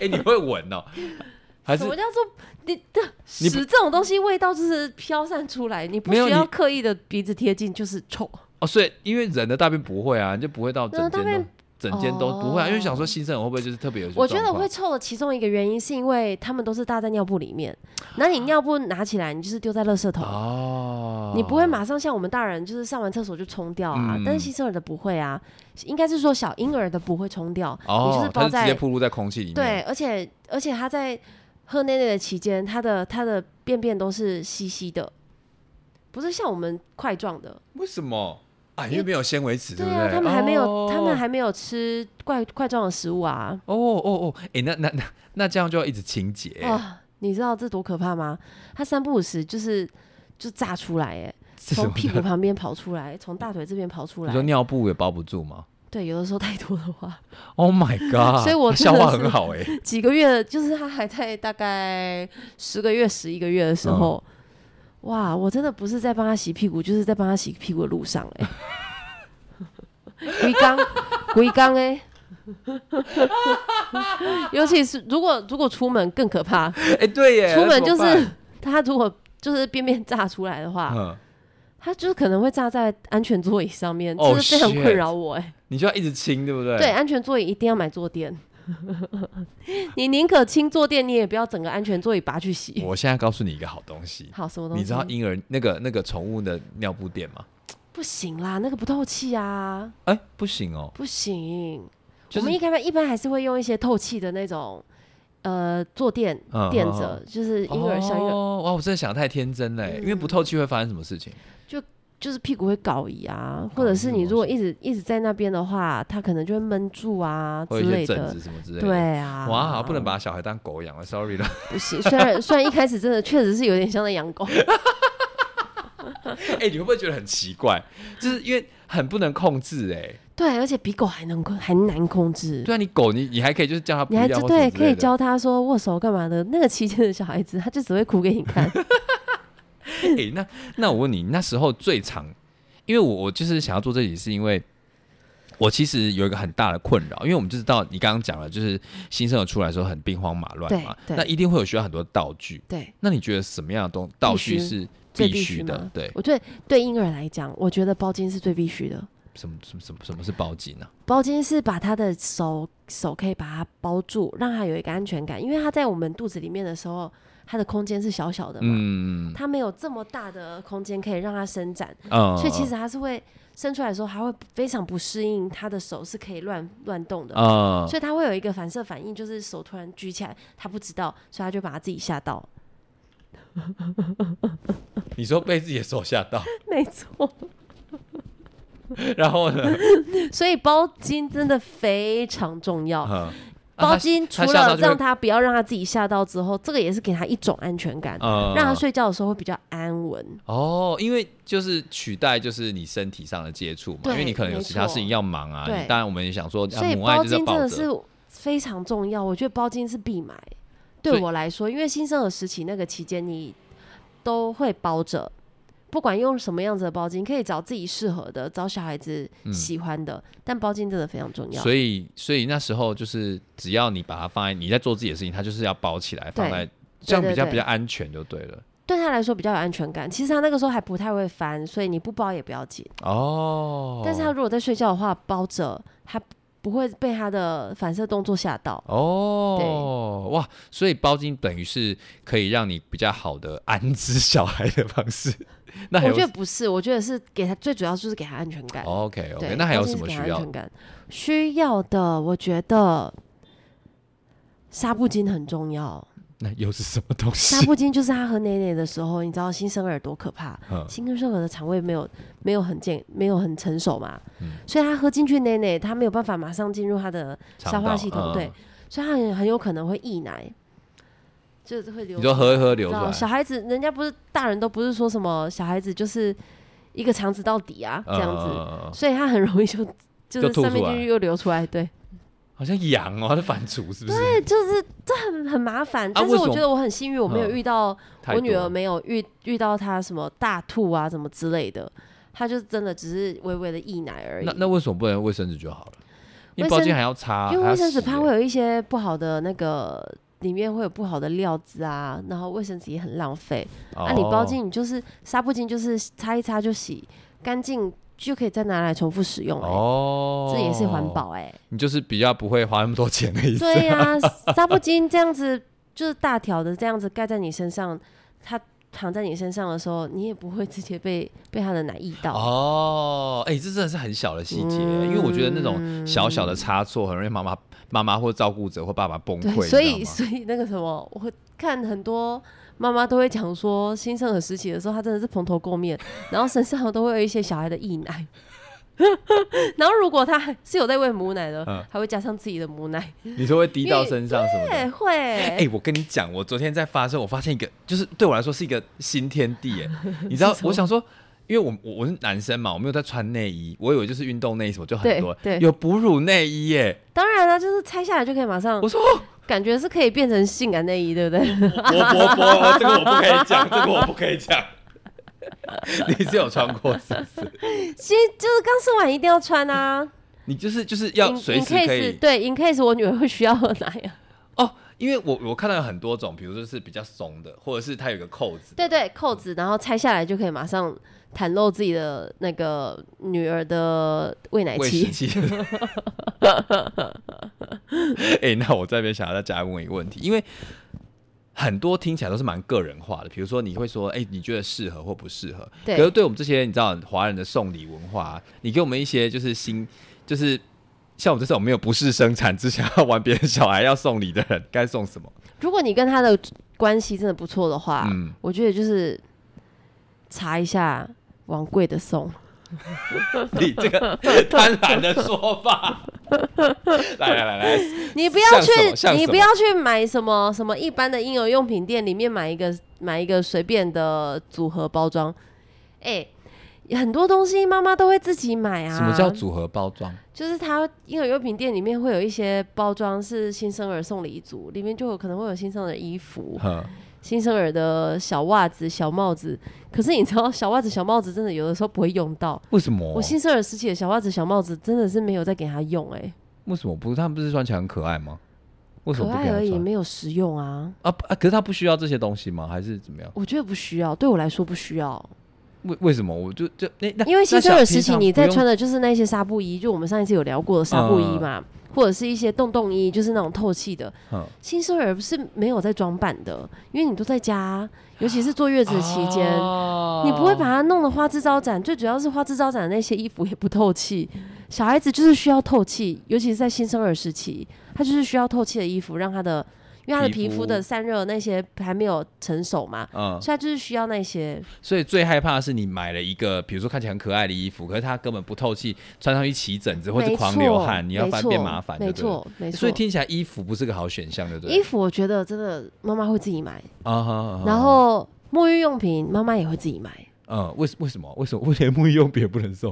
Speaker 2: 哎、你会闻哦， 还是
Speaker 1: 什么叫做你的
Speaker 2: 你
Speaker 1: 屎
Speaker 2: 不
Speaker 1: 这种东西，味道就是飘散出来，你不
Speaker 2: 没有
Speaker 1: 需要
Speaker 2: 你
Speaker 1: 刻意的鼻子贴近，就是臭。
Speaker 2: 哦，所以因为人的大便不会啊，你就不会到整
Speaker 1: 那大
Speaker 2: 间
Speaker 1: 便
Speaker 2: 都整间都不会啊，因为想说
Speaker 1: 哦
Speaker 2: 新生儿会不会就是特别有些
Speaker 1: 我觉得
Speaker 2: 状况
Speaker 1: 会臭的其中一个原因是因为他们都是搭在尿布里面，那你尿布拿起来，你就是丢在垃圾桶。
Speaker 2: 哦，
Speaker 1: 你不会马上像我们大人，就是上完厕所就冲掉啊。
Speaker 2: 嗯
Speaker 1: 但是新生儿的不会啊，应该是说小婴儿的不会冲掉，你就
Speaker 2: 哦
Speaker 1: 是，包
Speaker 2: 它是直接
Speaker 1: 在
Speaker 2: 暴露在空气里面，
Speaker 1: 对，而且而且他在喝奶奶的期间，他的他的便便都是稀稀的，不是像我们块状的。
Speaker 2: 为什么啊？因
Speaker 1: 因
Speaker 2: 为
Speaker 1: 为
Speaker 2: 没有纤维质，
Speaker 1: 对
Speaker 2: 不
Speaker 1: 啊，
Speaker 2: 对？
Speaker 1: 他们还没有，
Speaker 2: 哦
Speaker 1: 他们还没有吃块块状的食物啊！
Speaker 2: 哦哦哦，哎、那那那那这样就要一直清洁、
Speaker 1: 哇、你知道这多可怕吗？它三不五时就是就炸出来，哎，
Speaker 2: 这
Speaker 1: 从
Speaker 2: 种
Speaker 1: 屁股 旁边跑出来，从大腿这边跑出
Speaker 2: 你说
Speaker 1: 来。
Speaker 2: 尿布也包不住吗
Speaker 1: 对，有的时候太多的话，
Speaker 2: ？Oh my god！
Speaker 1: 所以我
Speaker 2: 它
Speaker 1: 真的
Speaker 2: 消化
Speaker 1: 是
Speaker 2: 很好哎、
Speaker 1: 几个月就是他还在大概十个月、十一个月的时
Speaker 2: 嗯
Speaker 1: 候，哇，我真的不是在帮他洗屁股，就是在帮他洗屁股的路上、欸哎，龟 缸，龟缸哎。尤其是如果如果出门更可怕，
Speaker 2: 哎、对耶，
Speaker 1: 出门就
Speaker 2: 那怎
Speaker 1: 是啊
Speaker 2: 么
Speaker 1: 他如果就是便便炸出来的
Speaker 2: 办
Speaker 1: 话，
Speaker 2: 嗯，
Speaker 1: 他就是可能会炸在安全座椅上面，
Speaker 2: Oh
Speaker 1: 这是非常
Speaker 2: shit
Speaker 1: 困扰我哎、啊
Speaker 2: 你就要一直清，对不对？
Speaker 1: 对，安全座椅一定要买坐垫， 你宁可轻坐垫，你也不要整个安全座椅拔去洗。
Speaker 2: 我现在告诉你一个好东西，
Speaker 1: 好，什么东西？
Speaker 2: 你知道婴儿那个那个宠物的尿布垫吗？
Speaker 1: 不行啦，那个不透气啊，
Speaker 2: 哎，不行哦，
Speaker 1: 不行。
Speaker 2: 就是
Speaker 1: 我们一般一般还是会用一些透气的那种，呃，坐垫
Speaker 2: 嗯
Speaker 1: 垫
Speaker 2: 嗯
Speaker 1: 着，就是婴儿嗯小婴儿
Speaker 2: 哦，哇，我真的想得太天真了耶，因为不透气会发生什么事情？
Speaker 1: 就是屁股会搞移啊，或
Speaker 2: 搞
Speaker 1: 者
Speaker 2: 移
Speaker 1: 是
Speaker 2: 什
Speaker 1: 你
Speaker 2: 么
Speaker 1: 如果
Speaker 2: 东西
Speaker 1: 一直一直在那边的话，它可能就会闷住啊
Speaker 2: 会
Speaker 1: 之
Speaker 2: 有一
Speaker 1: 类
Speaker 2: 些疹
Speaker 1: 的
Speaker 2: 子。什么之类的。
Speaker 1: 对啊，
Speaker 2: 哇，不能把小孩当狗养了，sorry 了。
Speaker 1: 不行。虽然 虽然一开始真的确实是有点像在养狗，
Speaker 2: 哎、你会不会觉得很奇怪？就是因为很不能控制哎、
Speaker 1: 对，而且比狗还能控还难控制。
Speaker 2: 对啊，你狗你你还可以就是叫它不
Speaker 1: 你
Speaker 2: 要
Speaker 1: 还
Speaker 2: 或
Speaker 1: 就
Speaker 2: 什
Speaker 1: 对，
Speaker 2: 么之
Speaker 1: 可以
Speaker 2: 类的。
Speaker 1: 教他说握手干嘛的。那个期间的小孩子，他就只会哭给你 看。
Speaker 2: 哎、那那我问你，那时候最常，因为我我就是想要做这集，是因为。我其实有一个很大的困扰，因为我们知道你刚刚讲了，就是新生儿出来的时候很兵荒马乱嘛，
Speaker 1: 对对
Speaker 2: 那一定会有需要很多道具。
Speaker 1: 对，
Speaker 2: 那你觉得什么样的东道具
Speaker 1: 必须
Speaker 2: 是
Speaker 1: 最
Speaker 2: 必须
Speaker 1: 须
Speaker 2: 的
Speaker 1: 吗？？
Speaker 2: 对，
Speaker 1: 我对对婴儿来讲，我觉得包巾是最必须的。
Speaker 2: 什么什么什么什么是包巾呢、
Speaker 1: 包巾是把他的手手可以把它包住，让他有一个安全感，因为他在我们肚子里面的时候，他的空间是小小的嘛，
Speaker 2: 嗯
Speaker 1: 他没有这么大的空间可以让他伸展，
Speaker 2: 嗯，
Speaker 1: 所以其实他是会伸出来的时候，他会非常不适应，他的手是可以乱乱动的。
Speaker 2: 啊，
Speaker 1: 所以他会有一个反射反应，就是手突然举起来，他不知道，所以他就把他自己吓到。
Speaker 2: 你说被自己的手吓 到，
Speaker 1: 没错，
Speaker 2: 然后呢？
Speaker 1: 所以包巾真的非常重要。
Speaker 2: 嗯
Speaker 1: 包巾除了让
Speaker 2: 他
Speaker 1: 他不要让他自己吓到之后，这个也是给他一种安全感，
Speaker 2: 呃
Speaker 1: 让他睡觉的时候会比较安稳。
Speaker 2: 哦，因为就是取代就是你身体上的接触嘛，因
Speaker 1: 对
Speaker 2: 为你可能有其他事情要忙啊。
Speaker 1: 没错
Speaker 2: 你当然我们也想说，啊
Speaker 1: 所以
Speaker 2: 母爱
Speaker 1: 包
Speaker 2: 就是要
Speaker 1: 巾真
Speaker 2: 抱
Speaker 1: 的
Speaker 2: 着
Speaker 1: 是非常重要，我觉得包巾是必买。
Speaker 2: 所
Speaker 1: 对
Speaker 2: 以
Speaker 1: 我来说，因为新生儿时期那个期间，你都会包着，不管用什么样子的包巾，可以找自己适合的，找小孩子喜欢的。但包巾真的非常重要。
Speaker 2: 嗯所以所以那时候就是只要你把它放在你在做自己的事情，它就是要包起来放在，这样比较
Speaker 1: 对对
Speaker 2: 比较安全就对了。
Speaker 1: 对他来说比较有安全感。其实他那个时候还不太会翻，所以你不包也不要紧。
Speaker 2: 哦，
Speaker 1: 但是他如果在睡觉的话，包着他不会被他的反射动作吓到。
Speaker 2: 哦，哇！所以包巾等于是可以让你比较好的安置小孩的方式。那还
Speaker 1: 我
Speaker 2: 有哦
Speaker 1: 觉得不是，我觉得是给他最主要就是给他安全感。
Speaker 2: OK
Speaker 1: 对
Speaker 2: OK，，那还有
Speaker 1: 关键
Speaker 2: 什
Speaker 1: 是
Speaker 2: 么
Speaker 1: 给
Speaker 2: 需
Speaker 1: 他安
Speaker 2: 要
Speaker 1: 全感需要的，我觉得纱布巾很重要。
Speaker 2: 那又是什么东
Speaker 1: 纱
Speaker 2: 西？
Speaker 1: 布巾就是他和奶奶的时候，你知道新生儿多可怕？
Speaker 2: 嗯
Speaker 1: 新生儿的肠胃没有没有很健，没有很成熟嘛，
Speaker 2: 嗯
Speaker 1: 所以他喝进去奶奶，他没有办法马上进入他的消化系统，
Speaker 2: 肠道嗯
Speaker 1: 对，所以他很很有可能会溢奶，就是会流
Speaker 2: 你说喝一喝
Speaker 1: 知
Speaker 2: 流出
Speaker 1: 道
Speaker 2: 来，
Speaker 1: 小孩子，人家不是大人都不是说什么小孩子就是一个肠子到底啊
Speaker 2: 嗯
Speaker 1: 这样子，
Speaker 2: 子，
Speaker 1: 所以他很容易 就就
Speaker 2: 就是吐
Speaker 1: 上面
Speaker 2: 出
Speaker 1: 就
Speaker 2: 来
Speaker 1: 又流出来，对，
Speaker 2: 好像羊哦，它是反刍是不是？
Speaker 1: 对，就是这很很麻烦。但是
Speaker 2: 啊为什
Speaker 1: 我
Speaker 2: 么
Speaker 1: 觉得我很幸运，我没有
Speaker 2: 嗯
Speaker 1: 遇到
Speaker 2: 太
Speaker 1: 我女
Speaker 2: 多
Speaker 1: 儿
Speaker 2: 了
Speaker 1: 没有遇遇到她什么大吐啊什么之类的，她就真的只是微微的溢奶而已
Speaker 2: 那。那为什么不能用卫生纸就好了？因为
Speaker 1: 卫
Speaker 2: 包
Speaker 1: 生
Speaker 2: 巾还要擦，
Speaker 1: 因为
Speaker 2: 还要
Speaker 1: 卫生纸
Speaker 2: 洗
Speaker 1: 怕
Speaker 2: 耶
Speaker 1: 会有一些不好的那个，里面会有不好的料子啊，然后卫生纸也很浪费。那、啊你包，
Speaker 2: 哦
Speaker 1: 巾，你就是纱布巾，就是擦一擦就洗干净，就可以再拿来重复使用、欸。
Speaker 2: 哦，
Speaker 1: 这也是环，保哎、
Speaker 2: 你就是比较不会花那么多钱的意思。
Speaker 1: 对呀、纱布巾这样子就是大条的这样子盖在你身上，它躺在你身上的时候，你也不会直接被被它的奶溢到。
Speaker 2: 哦，哎、这真的是很小的细节，
Speaker 1: 嗯
Speaker 2: 因为我觉得那种小小的差错，很容易妈妈、妈妈或照顾者或爸爸崩
Speaker 1: 对
Speaker 2: 溃，，
Speaker 1: 所
Speaker 2: 你
Speaker 1: 以
Speaker 2: 知道吗
Speaker 1: 所以那个什么，我看很多妈妈都会讲说，新生儿时期的时候，她真的是蓬头垢面，然后身上都会有一些小孩的溢奶。 然后如果她还是有在喂母奶的，
Speaker 2: 嗯
Speaker 1: 还会加上自己的母奶，
Speaker 2: 你说会 滴到身上什么的。
Speaker 1: 对，会。
Speaker 2: 哎、我跟你讲，我昨天在发生，我发现一个，就是对我来说是一个新天地。哎，你 知道，我想说，因为我我我是男生嘛，我没有在穿内衣，我以为就是运动内衣什么就很多，
Speaker 1: 对对
Speaker 2: 有哺乳内衣耶。
Speaker 1: 当然了，就是拆下来就可以马上
Speaker 2: 我，说哦
Speaker 1: 感觉是可以变成性感内衣，对不对？
Speaker 2: 我我我我这个我不可以讲，这个我不可以讲。 你是有穿过是不是？
Speaker 1: 其实就是刚生完一定要穿啊，
Speaker 2: 你就是就是要
Speaker 1: In-
Speaker 2: 随
Speaker 1: in
Speaker 2: 时
Speaker 1: case,
Speaker 2: 可以
Speaker 1: 对，in case 我女儿会需要喝奶啊。
Speaker 2: 哦，因为我我看到有很多种，比如说是比较松的，或者是它有一个扣子。
Speaker 1: 对对，扣子，然后拆下来就可以马上袒露自己的那个女儿的喂奶
Speaker 2: 喂食
Speaker 1: 期。
Speaker 2: 器，哎、那我这边想要再加问一个问题，因为很多听起来都是蛮个人化的，比如说你会说，哎、你觉得适合或不适合？
Speaker 1: 对
Speaker 2: 可是对我们这些你知道华人的送礼文化啊、你给我们一些就是新，就是像我们这种没有不是生产，只想要玩别人小孩要送礼的人，该送 什么？
Speaker 1: 如果你跟他的关系真的不错的话，
Speaker 2: 嗯
Speaker 1: 我觉得就是查一下往贵的送。
Speaker 2: 你这 个贪婪的说法，来来来来，
Speaker 1: 你不要
Speaker 2: 像什么
Speaker 1: 去
Speaker 2: 像，
Speaker 1: 你
Speaker 2: 什
Speaker 1: 不
Speaker 2: 么
Speaker 1: 要去买什么什么一般的婴儿用品店里面买一个买一个随便的组合包装。哎、很多东西妈妈都会自己买 啊。
Speaker 2: 什么叫？组合包装？
Speaker 1: 就是它婴儿用品店里面会有一些包装是新生儿送礼组，里面就有可能会有新生儿衣服、
Speaker 2: 呵
Speaker 1: 新生儿的小袜子、小帽子。可是你知道，小袜子、小帽子真的有的时候不会用到。
Speaker 2: 为什么？
Speaker 1: 我新生儿时期的小袜子、小帽子真的是没有再给他用、哎，
Speaker 2: 为什么不？他们不是穿起来很可爱吗？为什
Speaker 1: 可
Speaker 2: 么不给
Speaker 1: 爱
Speaker 2: 他
Speaker 1: 而已，
Speaker 2: 穿
Speaker 1: 没有实用啊。
Speaker 2: 啊不啊！可是他不需要这些东西吗？还是怎么样？
Speaker 1: 我觉得不需要，对我来说不需要，
Speaker 2: 为为什么？我就就那那
Speaker 1: 因为新生儿时期你在穿
Speaker 2: 的
Speaker 1: 的就是那些纱布衣，就我们上一次有聊过的纱布衣嘛，
Speaker 2: 嗯
Speaker 1: 或者是一些洞洞衣，就是那种透气的。新生儿是没有在装扮的，因为你都在家啊，尤其是坐月子期间，
Speaker 2: 哦
Speaker 1: 你不会把它弄得花枝招展。最主要是花枝招展的那些衣服也不透气，小孩子就是需要透气，尤其是在新生儿时期，他就是需要透气的衣服，让他的因为他的皮
Speaker 2: 皮肤
Speaker 1: 肤的散热那些还没有成熟嘛，
Speaker 2: 嗯，
Speaker 1: 所以他就是需要那些。
Speaker 2: 所以最害怕的是你买了一个，比如说看起来很可爱的衣服，可是它根本不透气，穿上去起疹子或
Speaker 1: 没
Speaker 2: 者
Speaker 1: 错，
Speaker 2: 狂流汗，你要翻
Speaker 1: 没错
Speaker 2: 变麻烦，
Speaker 1: 没
Speaker 2: 对不对？
Speaker 1: 错，没错。
Speaker 2: 所以听起来衣服不是个好选项，对不对
Speaker 1: 衣？服，我觉得真的妈妈会自己买，
Speaker 2: 啊哈，啊哈
Speaker 1: 然后沐浴用品妈妈也会自己买。沐
Speaker 2: 嗯，为为什么为什么为什么沐浴用品也不能送？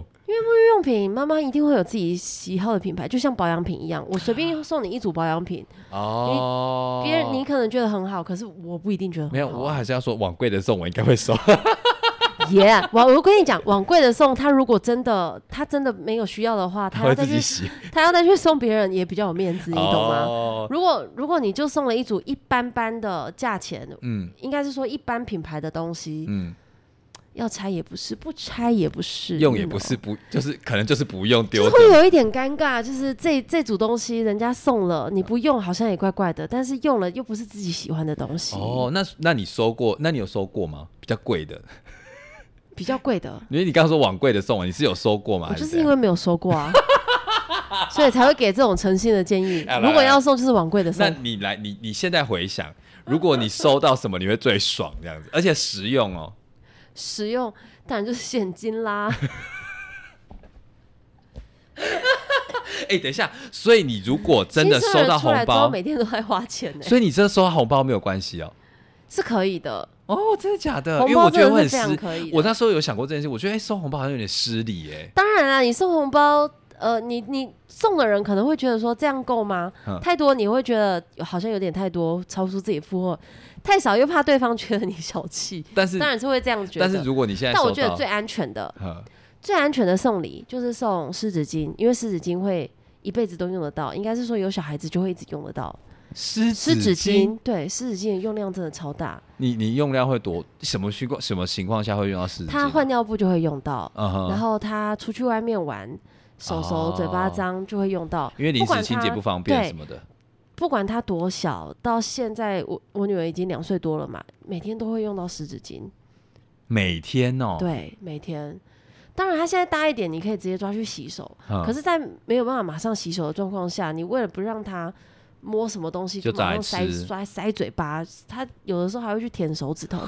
Speaker 1: 浴用品妈妈一定会有自己喜好的品牌，就像保养品一样，我随便送你一组保养品，
Speaker 2: 哦，
Speaker 1: 别人你可能觉得很好，可是我不一定觉得很好。啊
Speaker 2: 没有， 我还是要说往贵的送，我应该会收。
Speaker 1: 耶往我跟你讲，往贵的送，他如果真的他真的没有需要的话，
Speaker 2: 他
Speaker 1: 他
Speaker 2: 会
Speaker 1: 要再
Speaker 2: 自己哦
Speaker 1: 去
Speaker 2: 洗，
Speaker 1: 他要再去送别人也比较有面子，
Speaker 2: 你
Speaker 1: 你懂吗？
Speaker 2: 吗？
Speaker 1: 如果如果你就送了一组一般般的价钱，
Speaker 2: 嗯
Speaker 1: 应该是说一般品牌的东西，
Speaker 2: 嗯，
Speaker 1: 要拆也不是，不拆也不是，
Speaker 2: 用也
Speaker 1: 嗯
Speaker 2: 不
Speaker 1: 哦
Speaker 2: 是，不就是可能就是不用
Speaker 1: 就
Speaker 2: 丢
Speaker 1: 是
Speaker 2: 着。
Speaker 1: 会有一点尴尬，就是这这组东西人家送了，你不用好像也怪怪的，但是用了又不是自己喜欢的东西，
Speaker 2: 哦，那那你收过？那你有收过吗？比较贵的，
Speaker 1: 比较贵的，
Speaker 2: 因为你刚刚说往贵的送，你是有收过吗？
Speaker 1: 我
Speaker 2: 还
Speaker 1: 就是是
Speaker 2: 怎
Speaker 1: 因
Speaker 2: 样
Speaker 1: 为没有收过 啊，所以才会给这种诚信的建议
Speaker 2: 啊来。
Speaker 1: 如果要送，就是往贵的
Speaker 2: 那
Speaker 1: 送。
Speaker 2: 你来，你你现在回想，如果你收到什么，你会最爽这样子，而且实用哦。
Speaker 1: 实用当然就是现金啦，
Speaker 2: 哎、等一下，所以你如果真的
Speaker 1: 新生
Speaker 2: 收
Speaker 1: 儿
Speaker 2: 到
Speaker 1: 出
Speaker 2: 红
Speaker 1: 来之后
Speaker 2: 包，
Speaker 1: 每天都在花 钱呢、
Speaker 2: 所以你这收到红包没有关系哦。
Speaker 1: 是可以的。
Speaker 2: 哦，真的假的？
Speaker 1: 红
Speaker 2: 因为
Speaker 1: 包
Speaker 2: 我觉得
Speaker 1: 真
Speaker 2: 我
Speaker 1: 的
Speaker 2: 很
Speaker 1: 是
Speaker 2: 失
Speaker 1: 非常可以，的
Speaker 2: 我那时候有想过这件事，我觉得哎、收红包好像有点失礼哎。
Speaker 1: 当然啊啦，你送红包，呃，你你送的人可能会觉得说这样够吗
Speaker 2: 嗯？
Speaker 1: 太多你会觉得好像有点太多，超出自己负荷；太少又怕对方觉得你小气，
Speaker 2: 但是
Speaker 1: 当然是会这样觉得。
Speaker 2: 但是如果你现在
Speaker 1: 但我
Speaker 2: 收
Speaker 1: 觉得
Speaker 2: 到
Speaker 1: 最，安全的、
Speaker 2: 嗯
Speaker 1: 最安全的送礼就是送湿纸巾，因为湿纸巾会一辈子都用得到，应该是说有小孩子就会一直用得到。
Speaker 2: 湿
Speaker 1: 湿
Speaker 2: 纸
Speaker 1: 纸，巾，对，湿纸巾的用量真的超大，
Speaker 2: 你你用量会多？什么情况什么情况下会用到湿纸巾？啊
Speaker 1: 他换尿布就会用到，
Speaker 2: 嗯哼，
Speaker 1: 然后他出去外面玩，手手嘴巴
Speaker 2: 哦
Speaker 1: 脏就会用到，
Speaker 2: 因为临
Speaker 1: 不管
Speaker 2: 时清洁
Speaker 1: 他
Speaker 2: 不方便
Speaker 1: 对
Speaker 2: 什么的，
Speaker 1: 不管他多小，到现在我我女儿已经两岁多了嘛，每天都会用到湿纸巾，
Speaker 2: 每天哦，
Speaker 1: 对，每天。当然，她现在大一点，你可以直接抓去洗手。
Speaker 2: 嗯，
Speaker 1: 可是，在没有办法马上洗手的状况下，你为了不让她摸什么东西，
Speaker 2: 就
Speaker 1: 就马上
Speaker 2: 找来
Speaker 1: 塞
Speaker 2: 吃
Speaker 1: 塞塞嘴巴，她有的时候还会去舔手指头，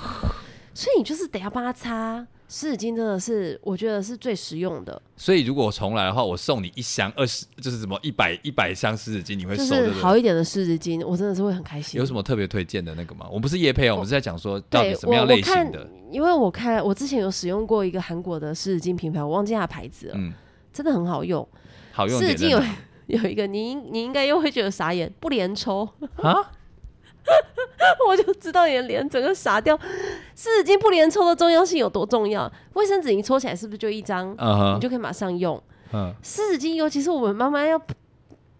Speaker 1: 所以你就是得要帮她擦。湿纸巾真的是，我觉得是最实用的，
Speaker 2: 所以如果我重来的话，我送你一箱二十，就是什么一百一百箱湿纸巾，你会
Speaker 1: 就
Speaker 2: 收对
Speaker 1: 是
Speaker 2: 不对
Speaker 1: 好一点的湿纸巾，我真的是会很开心。
Speaker 2: 有什么特别推荐的那个吗？我们不是叶配哦，我们是在讲说到底
Speaker 1: 对
Speaker 2: 什么
Speaker 1: 我
Speaker 2: 样
Speaker 1: 我
Speaker 2: 类
Speaker 1: 看
Speaker 2: 型的，
Speaker 1: 因为我看我之前有使用过一个韩国的湿纸巾品牌，我忘记它的牌子了，
Speaker 2: 嗯，
Speaker 1: 真的很好用。
Speaker 2: 好用
Speaker 1: 湿
Speaker 2: 点
Speaker 1: 纸巾
Speaker 2: 的
Speaker 1: 有有一个，你应你应该又会觉得傻眼，不连抽，
Speaker 2: 啊，
Speaker 1: 我就知道你的脸整个傻掉。湿纸巾不连抽的重要性有多重要？卫生纸你抽起来是不是就一张，
Speaker 2: 嗯
Speaker 1: 你
Speaker 2: 哼，
Speaker 1: 就可以马上用？
Speaker 2: 嗯，
Speaker 1: 湿纸巾，尤其是我们妈妈要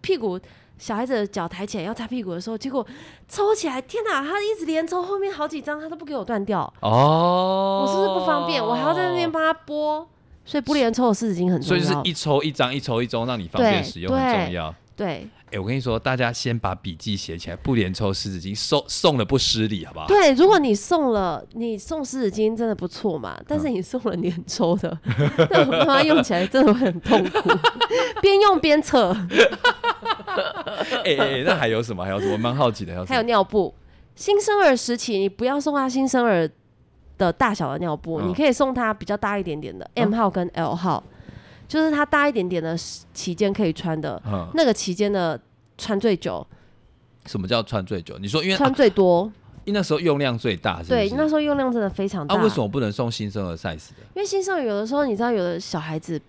Speaker 1: 屁股小孩子的脚抬起来要擦屁股的时候，结果抽起来，天哪，他一直连抽，后面好几张他都不给我断掉。
Speaker 2: 哦，
Speaker 1: 我是不是不方便？我还要在那边。帮他剥，所以不连抽的湿纸巾很
Speaker 2: 哦所
Speaker 1: 重
Speaker 2: 以就是
Speaker 1: 要。
Speaker 2: 一抽一张，一抽一抽，让你方便
Speaker 1: 对
Speaker 2: 使用很
Speaker 1: 对
Speaker 2: 重要。
Speaker 1: 对，
Speaker 2: 哎、哎，我跟你说，大家先把笔记写起来，不连抽湿纸巾送送了不失礼，好不好？
Speaker 1: 对，如果你送了，你送湿纸巾真的不错嘛，
Speaker 2: 嗯
Speaker 1: 但是你送了粘抽的， 那我妈妈用起来真的会很痛 苦，边用边扯。
Speaker 2: 哎哎，哎那还有什么？还有什么？我蛮好奇的，还有什
Speaker 1: 还有
Speaker 2: 么？
Speaker 1: 尿布，新生儿时期你不要送他新生儿的大小的尿布，
Speaker 2: 嗯
Speaker 1: 你可以送他比较大一点点的 M 号跟 L 号，就是他大一点点的时期间可以穿的，
Speaker 2: 嗯，
Speaker 1: 那个期间的穿最久，
Speaker 2: 什么叫穿最久？你说因为、
Speaker 1: 穿
Speaker 2: 啊
Speaker 1: 最多。
Speaker 2: 因为那时候用量最大，是不
Speaker 1: 对
Speaker 2: 是，
Speaker 1: 那时候用量真的非常大。
Speaker 2: 啊，为什？么不能送新生儿 size 的？
Speaker 1: 因为新生儿有的时候你知道，有的小孩子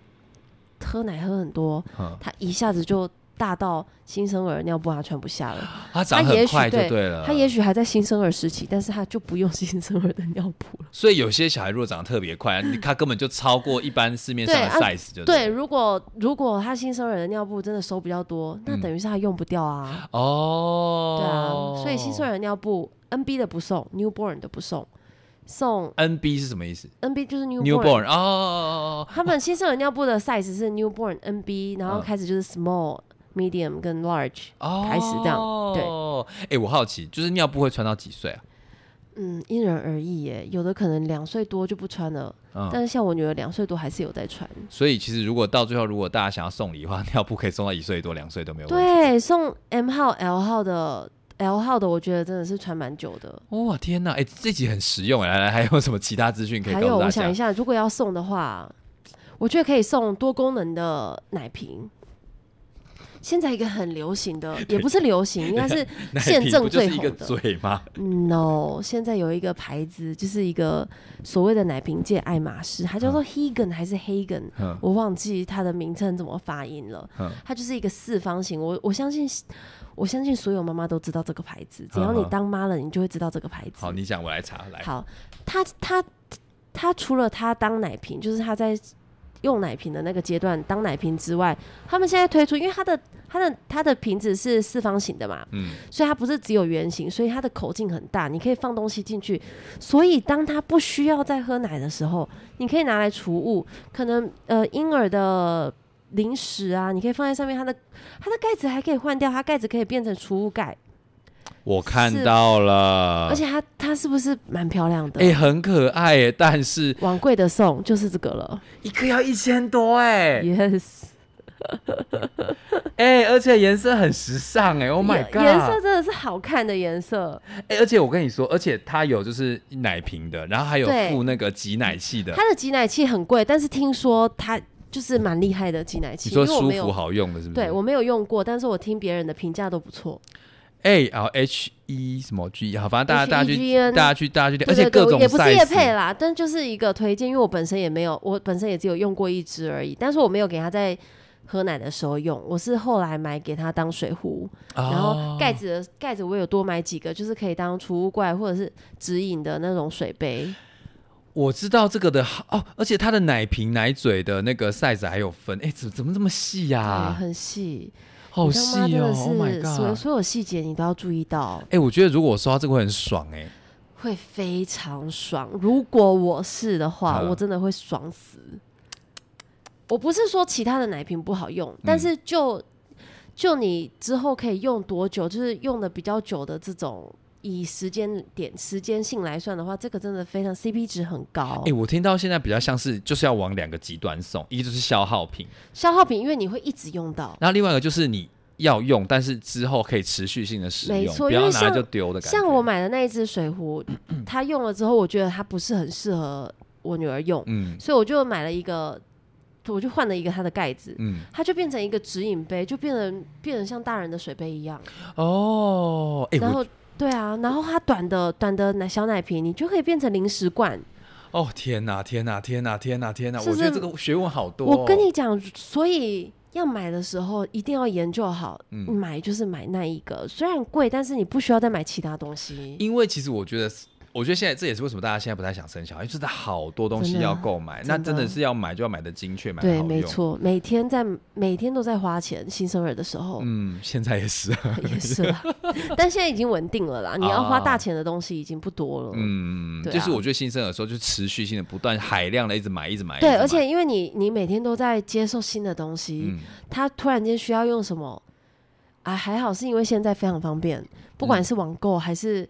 Speaker 1: 喝奶喝很多，
Speaker 2: 嗯，
Speaker 1: 他一下子就大到新生儿尿布他穿不下了。
Speaker 2: 他长
Speaker 1: 他
Speaker 2: 很
Speaker 1: 也许
Speaker 2: 快就
Speaker 1: 对
Speaker 2: 对了。
Speaker 1: 他也许还在新生儿时期，但是他就不用新生儿的尿布了。
Speaker 2: 所以有些小孩如果长得特别快，你他根本就超过一般市面上的
Speaker 1: 对啊
Speaker 2: size 就
Speaker 1: 对，
Speaker 2: 了
Speaker 1: 如果如果他新生儿的尿布真的收比较多，那
Speaker 2: 嗯
Speaker 1: 等于是他用不掉啊。对啊
Speaker 2: 哦，，
Speaker 1: 所以新生儿的尿布 NB 的不送，Newborn 的不送，送
Speaker 2: NB 是什么意思
Speaker 1: NB 就是 Newborn。
Speaker 2: ？Newborn 哦哦哦，哦
Speaker 1: 他们新生儿尿布的 size 是 Newborn NB，然后
Speaker 2: 嗯
Speaker 1: 开始就是 small、medium 跟 large。
Speaker 2: 哦，
Speaker 1: 开始这样
Speaker 2: 对。哎，我好奇，就是尿布会穿到几岁啊？
Speaker 1: 嗯，因人而异耶，有的可能两岁多就不穿了，但
Speaker 2: 嗯，
Speaker 1: 是像我女儿两岁多还是有在穿。
Speaker 2: 所以其实如果到最后，如果大家想要送礼的话，尿布可以送到一岁多、两岁都没有问题。
Speaker 1: 对，啊送 M 号、L 号的 L 号的，我觉得真的是穿蛮久的。
Speaker 2: 哇天哪！哎，这集很实用哎，来来， 还有什么其他资讯可以告
Speaker 1: 还有，
Speaker 2: 诉
Speaker 1: 我
Speaker 2: 大
Speaker 1: 想一
Speaker 2: 家？
Speaker 1: 下，如果要送的话，我觉得可以送多功能的奶瓶。现在一个很流行的，也不是流行，应该是
Speaker 2: 奶
Speaker 1: 现
Speaker 2: 瓶
Speaker 1: 正
Speaker 2: 不就是
Speaker 1: 最
Speaker 2: 一个
Speaker 1: 红的
Speaker 2: 嘴吗？
Speaker 1: 嗯 no。现在有一个牌子，就是一个所谓的奶瓶界爱马仕，它叫做 Hagen 还是 Hagen，
Speaker 2: 嗯
Speaker 1: 我忘记它的名称怎么发音了。
Speaker 2: 嗯
Speaker 1: 它就是一个四方形，我我相信，我相信所有妈妈都知道这个牌子，只要
Speaker 2: 嗯
Speaker 1: 你
Speaker 2: 哼
Speaker 1: 当妈了，你就会知道这个牌子。
Speaker 2: 好，你讲我来查来。
Speaker 1: 好，它它它除了它当奶瓶，就是它在用奶瓶的那个阶段当奶瓶之外，他们现在推出，因为它的它的它的瓶子是四方形的嘛，
Speaker 2: 嗯，
Speaker 1: 所以它不是只有圆形，所以它的口径很大，你可以放东西进去。所以当它不需要再喝奶的时候，你可以拿来储物，可能呃婴儿的。零食啊，你可以放在上面，它的它的盖子还可以换掉，它盖子可以变成储物盖，
Speaker 2: 我看
Speaker 1: 是
Speaker 2: 到了，
Speaker 1: 而且它它是不是蛮漂亮的？
Speaker 2: 啊哎、很可爱耶，但是
Speaker 1: 往贵的送就是这个了。
Speaker 2: 一个要一千多哎
Speaker 1: Yes，
Speaker 2: 哎、而且颜色很时尚哎，Oh my
Speaker 1: 颜
Speaker 2: god！
Speaker 1: 颜色真的是好看的颜色，
Speaker 2: 哎、而且我跟你说，而且它有就是奶瓶的，然后还有
Speaker 1: 对
Speaker 2: 附那个挤奶器的，
Speaker 1: 它的挤奶器很贵，但是听说它就是蛮厉害的挤奶器，
Speaker 2: 你
Speaker 1: 因
Speaker 2: 说
Speaker 1: 为我
Speaker 2: 舒
Speaker 1: 没
Speaker 2: 服
Speaker 1: 有，
Speaker 2: 好用的是不是？
Speaker 1: 对我没有用过，但是我听别人的评价都不错。
Speaker 2: 哎，然后 H E 什么 G，好，反正大家大家去
Speaker 1: HEGN
Speaker 2: 大家去大家去练，而
Speaker 1: E 对对
Speaker 2: 且各
Speaker 1: 对
Speaker 2: 种
Speaker 1: 也不是
Speaker 2: size
Speaker 1: 叶配啦，但就是一个推荐，因为我本身也没有，我本身也只有用过一支而已，但是我没有给他在喝奶的时候用，我是后来买给他当水壶，然后盖
Speaker 2: 哦
Speaker 1: 子的盖子我有多买几个，就是可以当储物柜或者是指引的那种水杯。
Speaker 2: 我知道这个的好哦，而且它的奶瓶奶嘴的那个 size 还有分，哎、怎怎么这么细呀、
Speaker 1: 对哎很细，
Speaker 2: 好
Speaker 1: 你当
Speaker 2: 细
Speaker 1: 妈真
Speaker 2: 哦
Speaker 1: 的
Speaker 2: ，Oh
Speaker 1: 是
Speaker 2: my
Speaker 1: 所有
Speaker 2: god！
Speaker 1: 所有细节你都要注意到，
Speaker 2: 哎、我觉得如果我收到这个会很爽哎、
Speaker 1: 会非常爽。如果我是的话，
Speaker 2: 嗯
Speaker 1: 我真的会爽死。我不是说其他的奶瓶不好用，
Speaker 2: 嗯
Speaker 1: 但是就就你之后可以用多久，就是用的比较久的这种。以时间点、时间性来算的话，这个真的非常 CP 值很高
Speaker 2: 哎、。我听到现在比较像是就是要往两个极端送，一个就是消耗品，
Speaker 1: 消耗品，因为你会一直用到，
Speaker 2: 然后另外一个就是你要用，但是之后可以持续性的使
Speaker 1: 没
Speaker 2: 用，
Speaker 1: 错
Speaker 2: 不要
Speaker 1: 因为
Speaker 2: 拿来
Speaker 1: 像
Speaker 2: 就丢的感觉。
Speaker 1: 像我，买的那一只水壶，它用了之后，我觉得它不是很适合我女儿用，
Speaker 2: 嗯
Speaker 1: 所以我就买了一个，我就换了一个它的盖子，
Speaker 2: 嗯，
Speaker 1: 它就变成一个指引杯，就变成变成像大人的水杯一样。
Speaker 2: 哦，哎、
Speaker 1: 然
Speaker 2: 我
Speaker 1: 后对啊，然后它短的短的奶小奶瓶，你就可以变成零食罐。
Speaker 2: 哦天哪，天哪，天哪，天哪，天哪！
Speaker 1: 是
Speaker 2: 我
Speaker 1: 不
Speaker 2: 觉
Speaker 1: 是
Speaker 2: 得这个学问好多、哦。
Speaker 1: 我跟你讲，所以要买的时候一定要研究好，
Speaker 2: 嗯
Speaker 1: 买就是买那一个，虽然贵，但是你不需要再买其他东西。
Speaker 2: 因为其实我觉得是，我觉得现在这也是为什么大家现在不太想生小孩，因为真的好多东西
Speaker 1: 真的啊
Speaker 2: 要购买，那
Speaker 1: 真的
Speaker 2: 真的是要买就要买的精确，买的好
Speaker 1: 对，
Speaker 2: 用。
Speaker 1: 没错，每天在每天都在花钱，新生儿的时候。
Speaker 2: 嗯，现在也是，
Speaker 1: 也是啦，但现在已经稳定了啦。你要花
Speaker 2: 啊
Speaker 1: 大钱的东西已经不多了。
Speaker 2: 嗯，
Speaker 1: 对啊
Speaker 2: 就是我觉得新生儿的时候就持续性的不断海量的一直买，一直买，一
Speaker 1: 对，
Speaker 2: 直
Speaker 1: 而
Speaker 2: 买
Speaker 1: 且因为你你每天都在接受新的东西，
Speaker 2: 嗯
Speaker 1: 他突然间需要用什么？啊，还好是因为现在非常方便，不
Speaker 2: 嗯
Speaker 1: 管是网购还是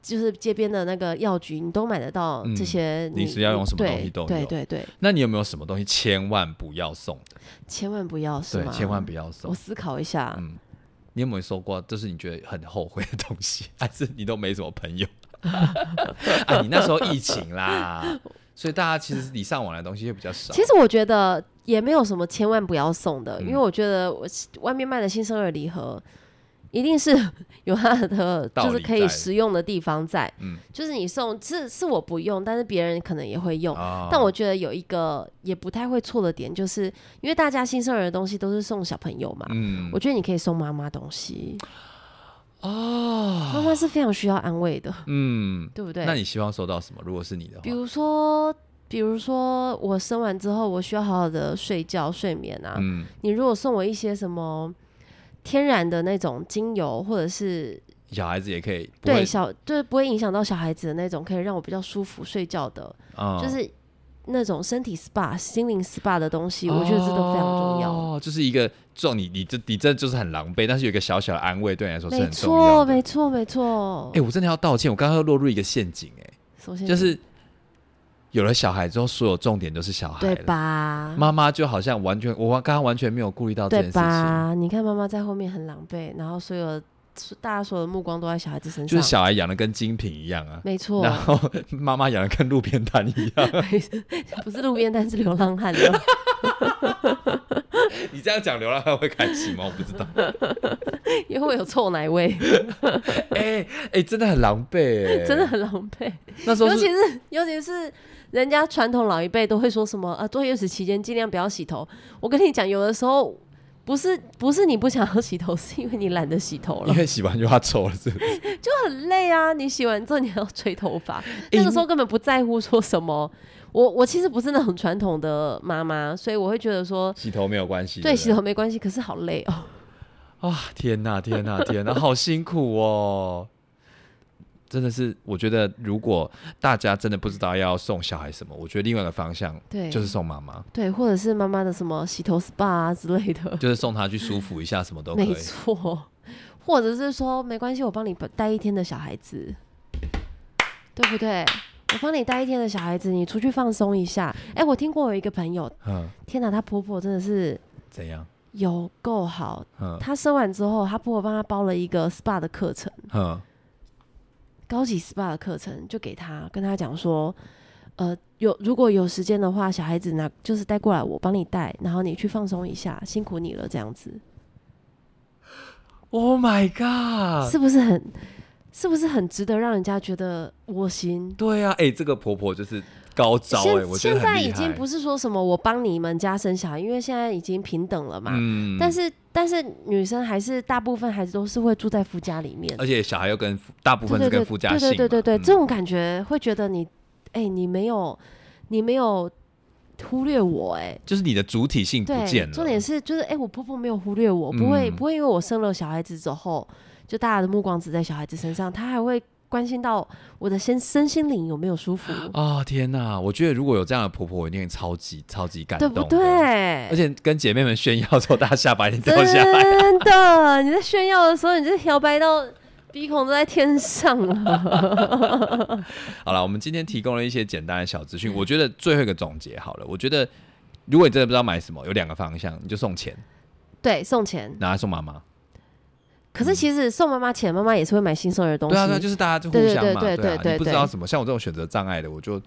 Speaker 1: 就是街边的那个药局，你都买得到
Speaker 2: 嗯
Speaker 1: 这些你。
Speaker 2: 临时要用什么
Speaker 1: 对
Speaker 2: 东西都有
Speaker 1: 对对对，
Speaker 2: 那你有没有什么东西千万不要送的？
Speaker 1: 千万不要是
Speaker 2: 对
Speaker 1: 吗？，
Speaker 2: 千万不要
Speaker 1: 我
Speaker 2: 送。
Speaker 1: 思考一下，
Speaker 2: 嗯，你有没有收过就是你觉得很后悔的东西， 还是你都没什么 朋友？啊，你那时候疫情啦，所以大家其实礼尚往来的东西会比较少。
Speaker 1: 其实我觉得也没有什么千万不要送的，
Speaker 2: 嗯
Speaker 1: 因为我觉得我外面卖的新生儿礼盒。一定是 有它的，
Speaker 2: 道理
Speaker 1: 就是可以
Speaker 2: 在
Speaker 1: 实用的地方在，
Speaker 2: 嗯
Speaker 1: 就是你送是是我不用，但是别人可能也会用。
Speaker 2: 啊
Speaker 1: 但我觉得有一个也不太会错的点，就是因为大家新生儿的东西都是送小朋友嘛，
Speaker 2: 嗯
Speaker 1: 我觉得你可以送妈妈东西，
Speaker 2: 哦，
Speaker 1: 妈妈是非常需要安慰的，
Speaker 2: 嗯，
Speaker 1: 对不对？
Speaker 2: 那你希望收到什么？如果是你的话
Speaker 1: 比，如说，比如说我生完之后，我需要好好的睡觉、睡眠啊。
Speaker 2: 嗯
Speaker 1: 你如果送我一些什么天然的那种精油，或者是
Speaker 2: 小孩子也可以，不
Speaker 1: 对
Speaker 2: 会
Speaker 1: 小，就是不会影响到小孩子的那种，可以让我比较舒服睡觉的，
Speaker 2: 啊
Speaker 1: 就是那种身体 SPA、心灵 SPA 的东西，我觉得这都非常重要。
Speaker 2: 哦，就是一个撞你，你这你这就是很狼狈，但是有一个小小的安慰对你来说是
Speaker 1: 没
Speaker 2: 很重要
Speaker 1: 错，
Speaker 2: 的。
Speaker 1: 没错，没错
Speaker 2: 哎、。我真的要道歉，我刚刚又落入一个陷阱、
Speaker 1: 首
Speaker 2: 哎，
Speaker 1: 先
Speaker 2: 就是有了小孩之后，所有重点都是小孩
Speaker 1: 对
Speaker 2: 了？
Speaker 1: 吧？
Speaker 2: 哎妈妈就好像完全，我刚刚完全没有顾虑到这件
Speaker 1: 对
Speaker 2: 事情，
Speaker 1: 吧？你看妈妈在后面很狼狈，然后所有大家所有的目光都在小孩子身上，
Speaker 2: 就是小孩养的跟精品一样啊，
Speaker 1: 没错，
Speaker 2: 然后妈妈养的跟路边摊一样。
Speaker 1: 不是路边摊是流浪汉的。
Speaker 2: 你这样讲，流浪汉会开心吗？我不知道。
Speaker 1: 因为我有臭奶味，
Speaker 2: 哎、哎、真的很狼狈、哎，
Speaker 1: 真的。很狼狈。
Speaker 2: 那时候
Speaker 1: 尤
Speaker 2: 是
Speaker 1: 其是尤其是人家传统老一辈都会说什么啊，坐月子期间尽量不要洗头。我跟你讲，有的时候不是不是你不想要洗头，是因为你懒得洗头了
Speaker 2: 因，为洗完就要走了，是不是？
Speaker 1: 就很累啊。你洗完之后你还要吹头发，那个时候根本不在乎说什么。我我其实不是那种传统的妈妈，所以我会觉得说，
Speaker 2: 洗头没有关系。
Speaker 1: 对
Speaker 2: 不
Speaker 1: 洗头没关系，可是好累哦。
Speaker 2: 啊、天呐，天呐，天呐，好辛苦哦！真的是，我觉得如果大家真的不知道要送小孩什么，我觉得另外一个方向
Speaker 1: 对，
Speaker 2: 就是送妈妈，
Speaker 1: 对，或者是妈妈的什么洗头 SPA 啊之类的。
Speaker 2: 就是送她去舒服一下，什么都可
Speaker 1: 没
Speaker 2: 以。
Speaker 1: 错，或者是说没关系，我帮你带一天的小孩子，对不对？我帮你带一天的小孩子，你出去放松一下。哎，我听过有一个朋友，
Speaker 2: 嗯，
Speaker 1: 天哪，她婆婆真的是
Speaker 2: 怎样？
Speaker 1: 有够好。
Speaker 2: 嗯
Speaker 1: 她生完之后，她婆婆帮她包了一个 SPA 的课程，
Speaker 2: 嗯
Speaker 1: 高级 SPA 的课程，就给她跟她讲说，呃，有如果有时间的话，小孩子拿就是带过来，我帮你带，然后你去放松一下，辛苦你了，这样子。
Speaker 2: ，Oh my god！
Speaker 1: 是不是很，是不是很值得让人家觉得窝心？
Speaker 2: 对啊，哎、这个婆婆就是高招哎、
Speaker 1: 现
Speaker 2: 我觉
Speaker 1: 现
Speaker 2: 得很
Speaker 1: 在
Speaker 2: 厉
Speaker 1: 已
Speaker 2: 害。
Speaker 1: 经不是说什么我帮你们家生小孩，因为现在已经平等了嘛。
Speaker 2: 嗯
Speaker 1: 但是但是女生还是大部分还是都是会住在夫家里面，
Speaker 2: 而且小孩又跟夫大部
Speaker 1: 对
Speaker 2: 分
Speaker 1: 对
Speaker 2: 呃是
Speaker 1: 对
Speaker 2: 跟附加
Speaker 1: 对
Speaker 2: 性
Speaker 1: 对
Speaker 2: 嘛，
Speaker 1: 对对对，
Speaker 2: 嗯
Speaker 1: 这种感觉会觉得你，哎、你没有你没有忽略我、哎。
Speaker 2: 就是你的主体性不
Speaker 1: 对
Speaker 2: 见，了。
Speaker 1: 重点是就是，哎、我婆婆没有忽略我，不会、
Speaker 2: 嗯
Speaker 1: 不会因为我生了小孩子之后，就大家的目光只在小孩子身上，她还会关心到我的身身心灵有没有舒服，
Speaker 2: 啊、天呐，我觉得如果有这样的婆婆，我一定超级超级感
Speaker 1: 对不
Speaker 2: 动的，
Speaker 1: 对
Speaker 2: 而？且跟姐妹们炫耀之后，大家下巴已经掉下来。
Speaker 1: 真的，你在炫耀的时候，你就是摇摆到鼻孔都在天上了。
Speaker 2: 好了，我们今天提供了一些简单的小资讯，我觉得最后一个总结好了，我觉得如果你真的不知道买什么，有两个方向，你就送钱，
Speaker 1: 对，送钱。
Speaker 2: 拿来送妈妈。
Speaker 1: 可是其实送妈妈钱，妈妈也是会买新生儿的东西。
Speaker 2: 嗯对啊，对啊，就是大家就互相嘛，
Speaker 1: 对对对
Speaker 2: 啊
Speaker 1: 对对
Speaker 2: 你不知道什么，像我这种选择障碍的，我就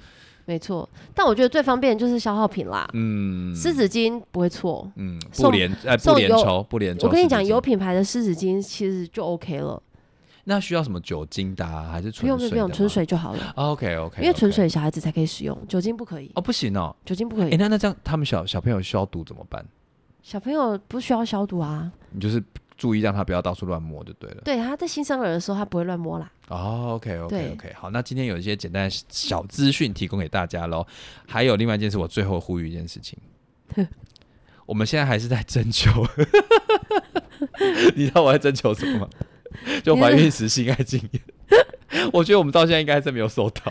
Speaker 1: 没错。但我觉得最方便的就是消耗品啦，
Speaker 2: 嗯
Speaker 1: 湿纸巾不会错。
Speaker 2: 嗯
Speaker 1: 送
Speaker 2: 不连哎不
Speaker 1: 送
Speaker 2: 连
Speaker 1: 有
Speaker 2: 抽不连抽。
Speaker 1: 我跟你讲，
Speaker 2: 是不是
Speaker 1: 有品牌的湿纸巾其实就 OK 了，
Speaker 2: 那需要什么酒精的啊、还是
Speaker 1: 不
Speaker 2: 纯
Speaker 1: 用不
Speaker 2: 水
Speaker 1: 用
Speaker 2: 的
Speaker 1: 不用，
Speaker 2: 吗？
Speaker 1: 纯水就好了。
Speaker 2: 哦。OK OK，
Speaker 1: 因为纯水小孩子才可以使用，酒精不可以，
Speaker 2: 哦不行哦。
Speaker 1: 酒精不可
Speaker 2: 哎、
Speaker 1: 以。
Speaker 2: 那那这样他们小小朋友消毒怎么办？
Speaker 1: 小朋友不需要消毒啊，
Speaker 2: 你就是注意让他不要到处乱摸就对了。
Speaker 1: 对，他在新生儿的时候他不会乱摸啦。
Speaker 2: 哦，OK OK
Speaker 1: 对
Speaker 2: OK，好，那今天有一些简单的小资讯提供给大家喽。还有另外一件事，我最后呼吁一件事 情，我们现在还是在征求， 你知道我在征求什么吗？ 就怀孕时性爱经验。我觉得我们到现在应该还是没有收到，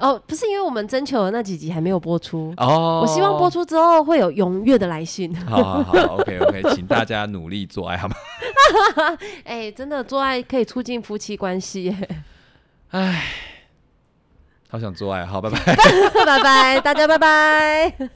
Speaker 1: 哦，不是因为我们征求的那几集还没有播出，
Speaker 2: 哦，
Speaker 1: 我希望播。出之后会有踊跃的来 信。
Speaker 2: 好好好，OK OK，请大家努力做爱好吗？
Speaker 1: 哎、真的做爱可以促进夫妻关系 耶，
Speaker 2: 好想做爱，好，拜拜。
Speaker 1: 拜拜，大家拜拜。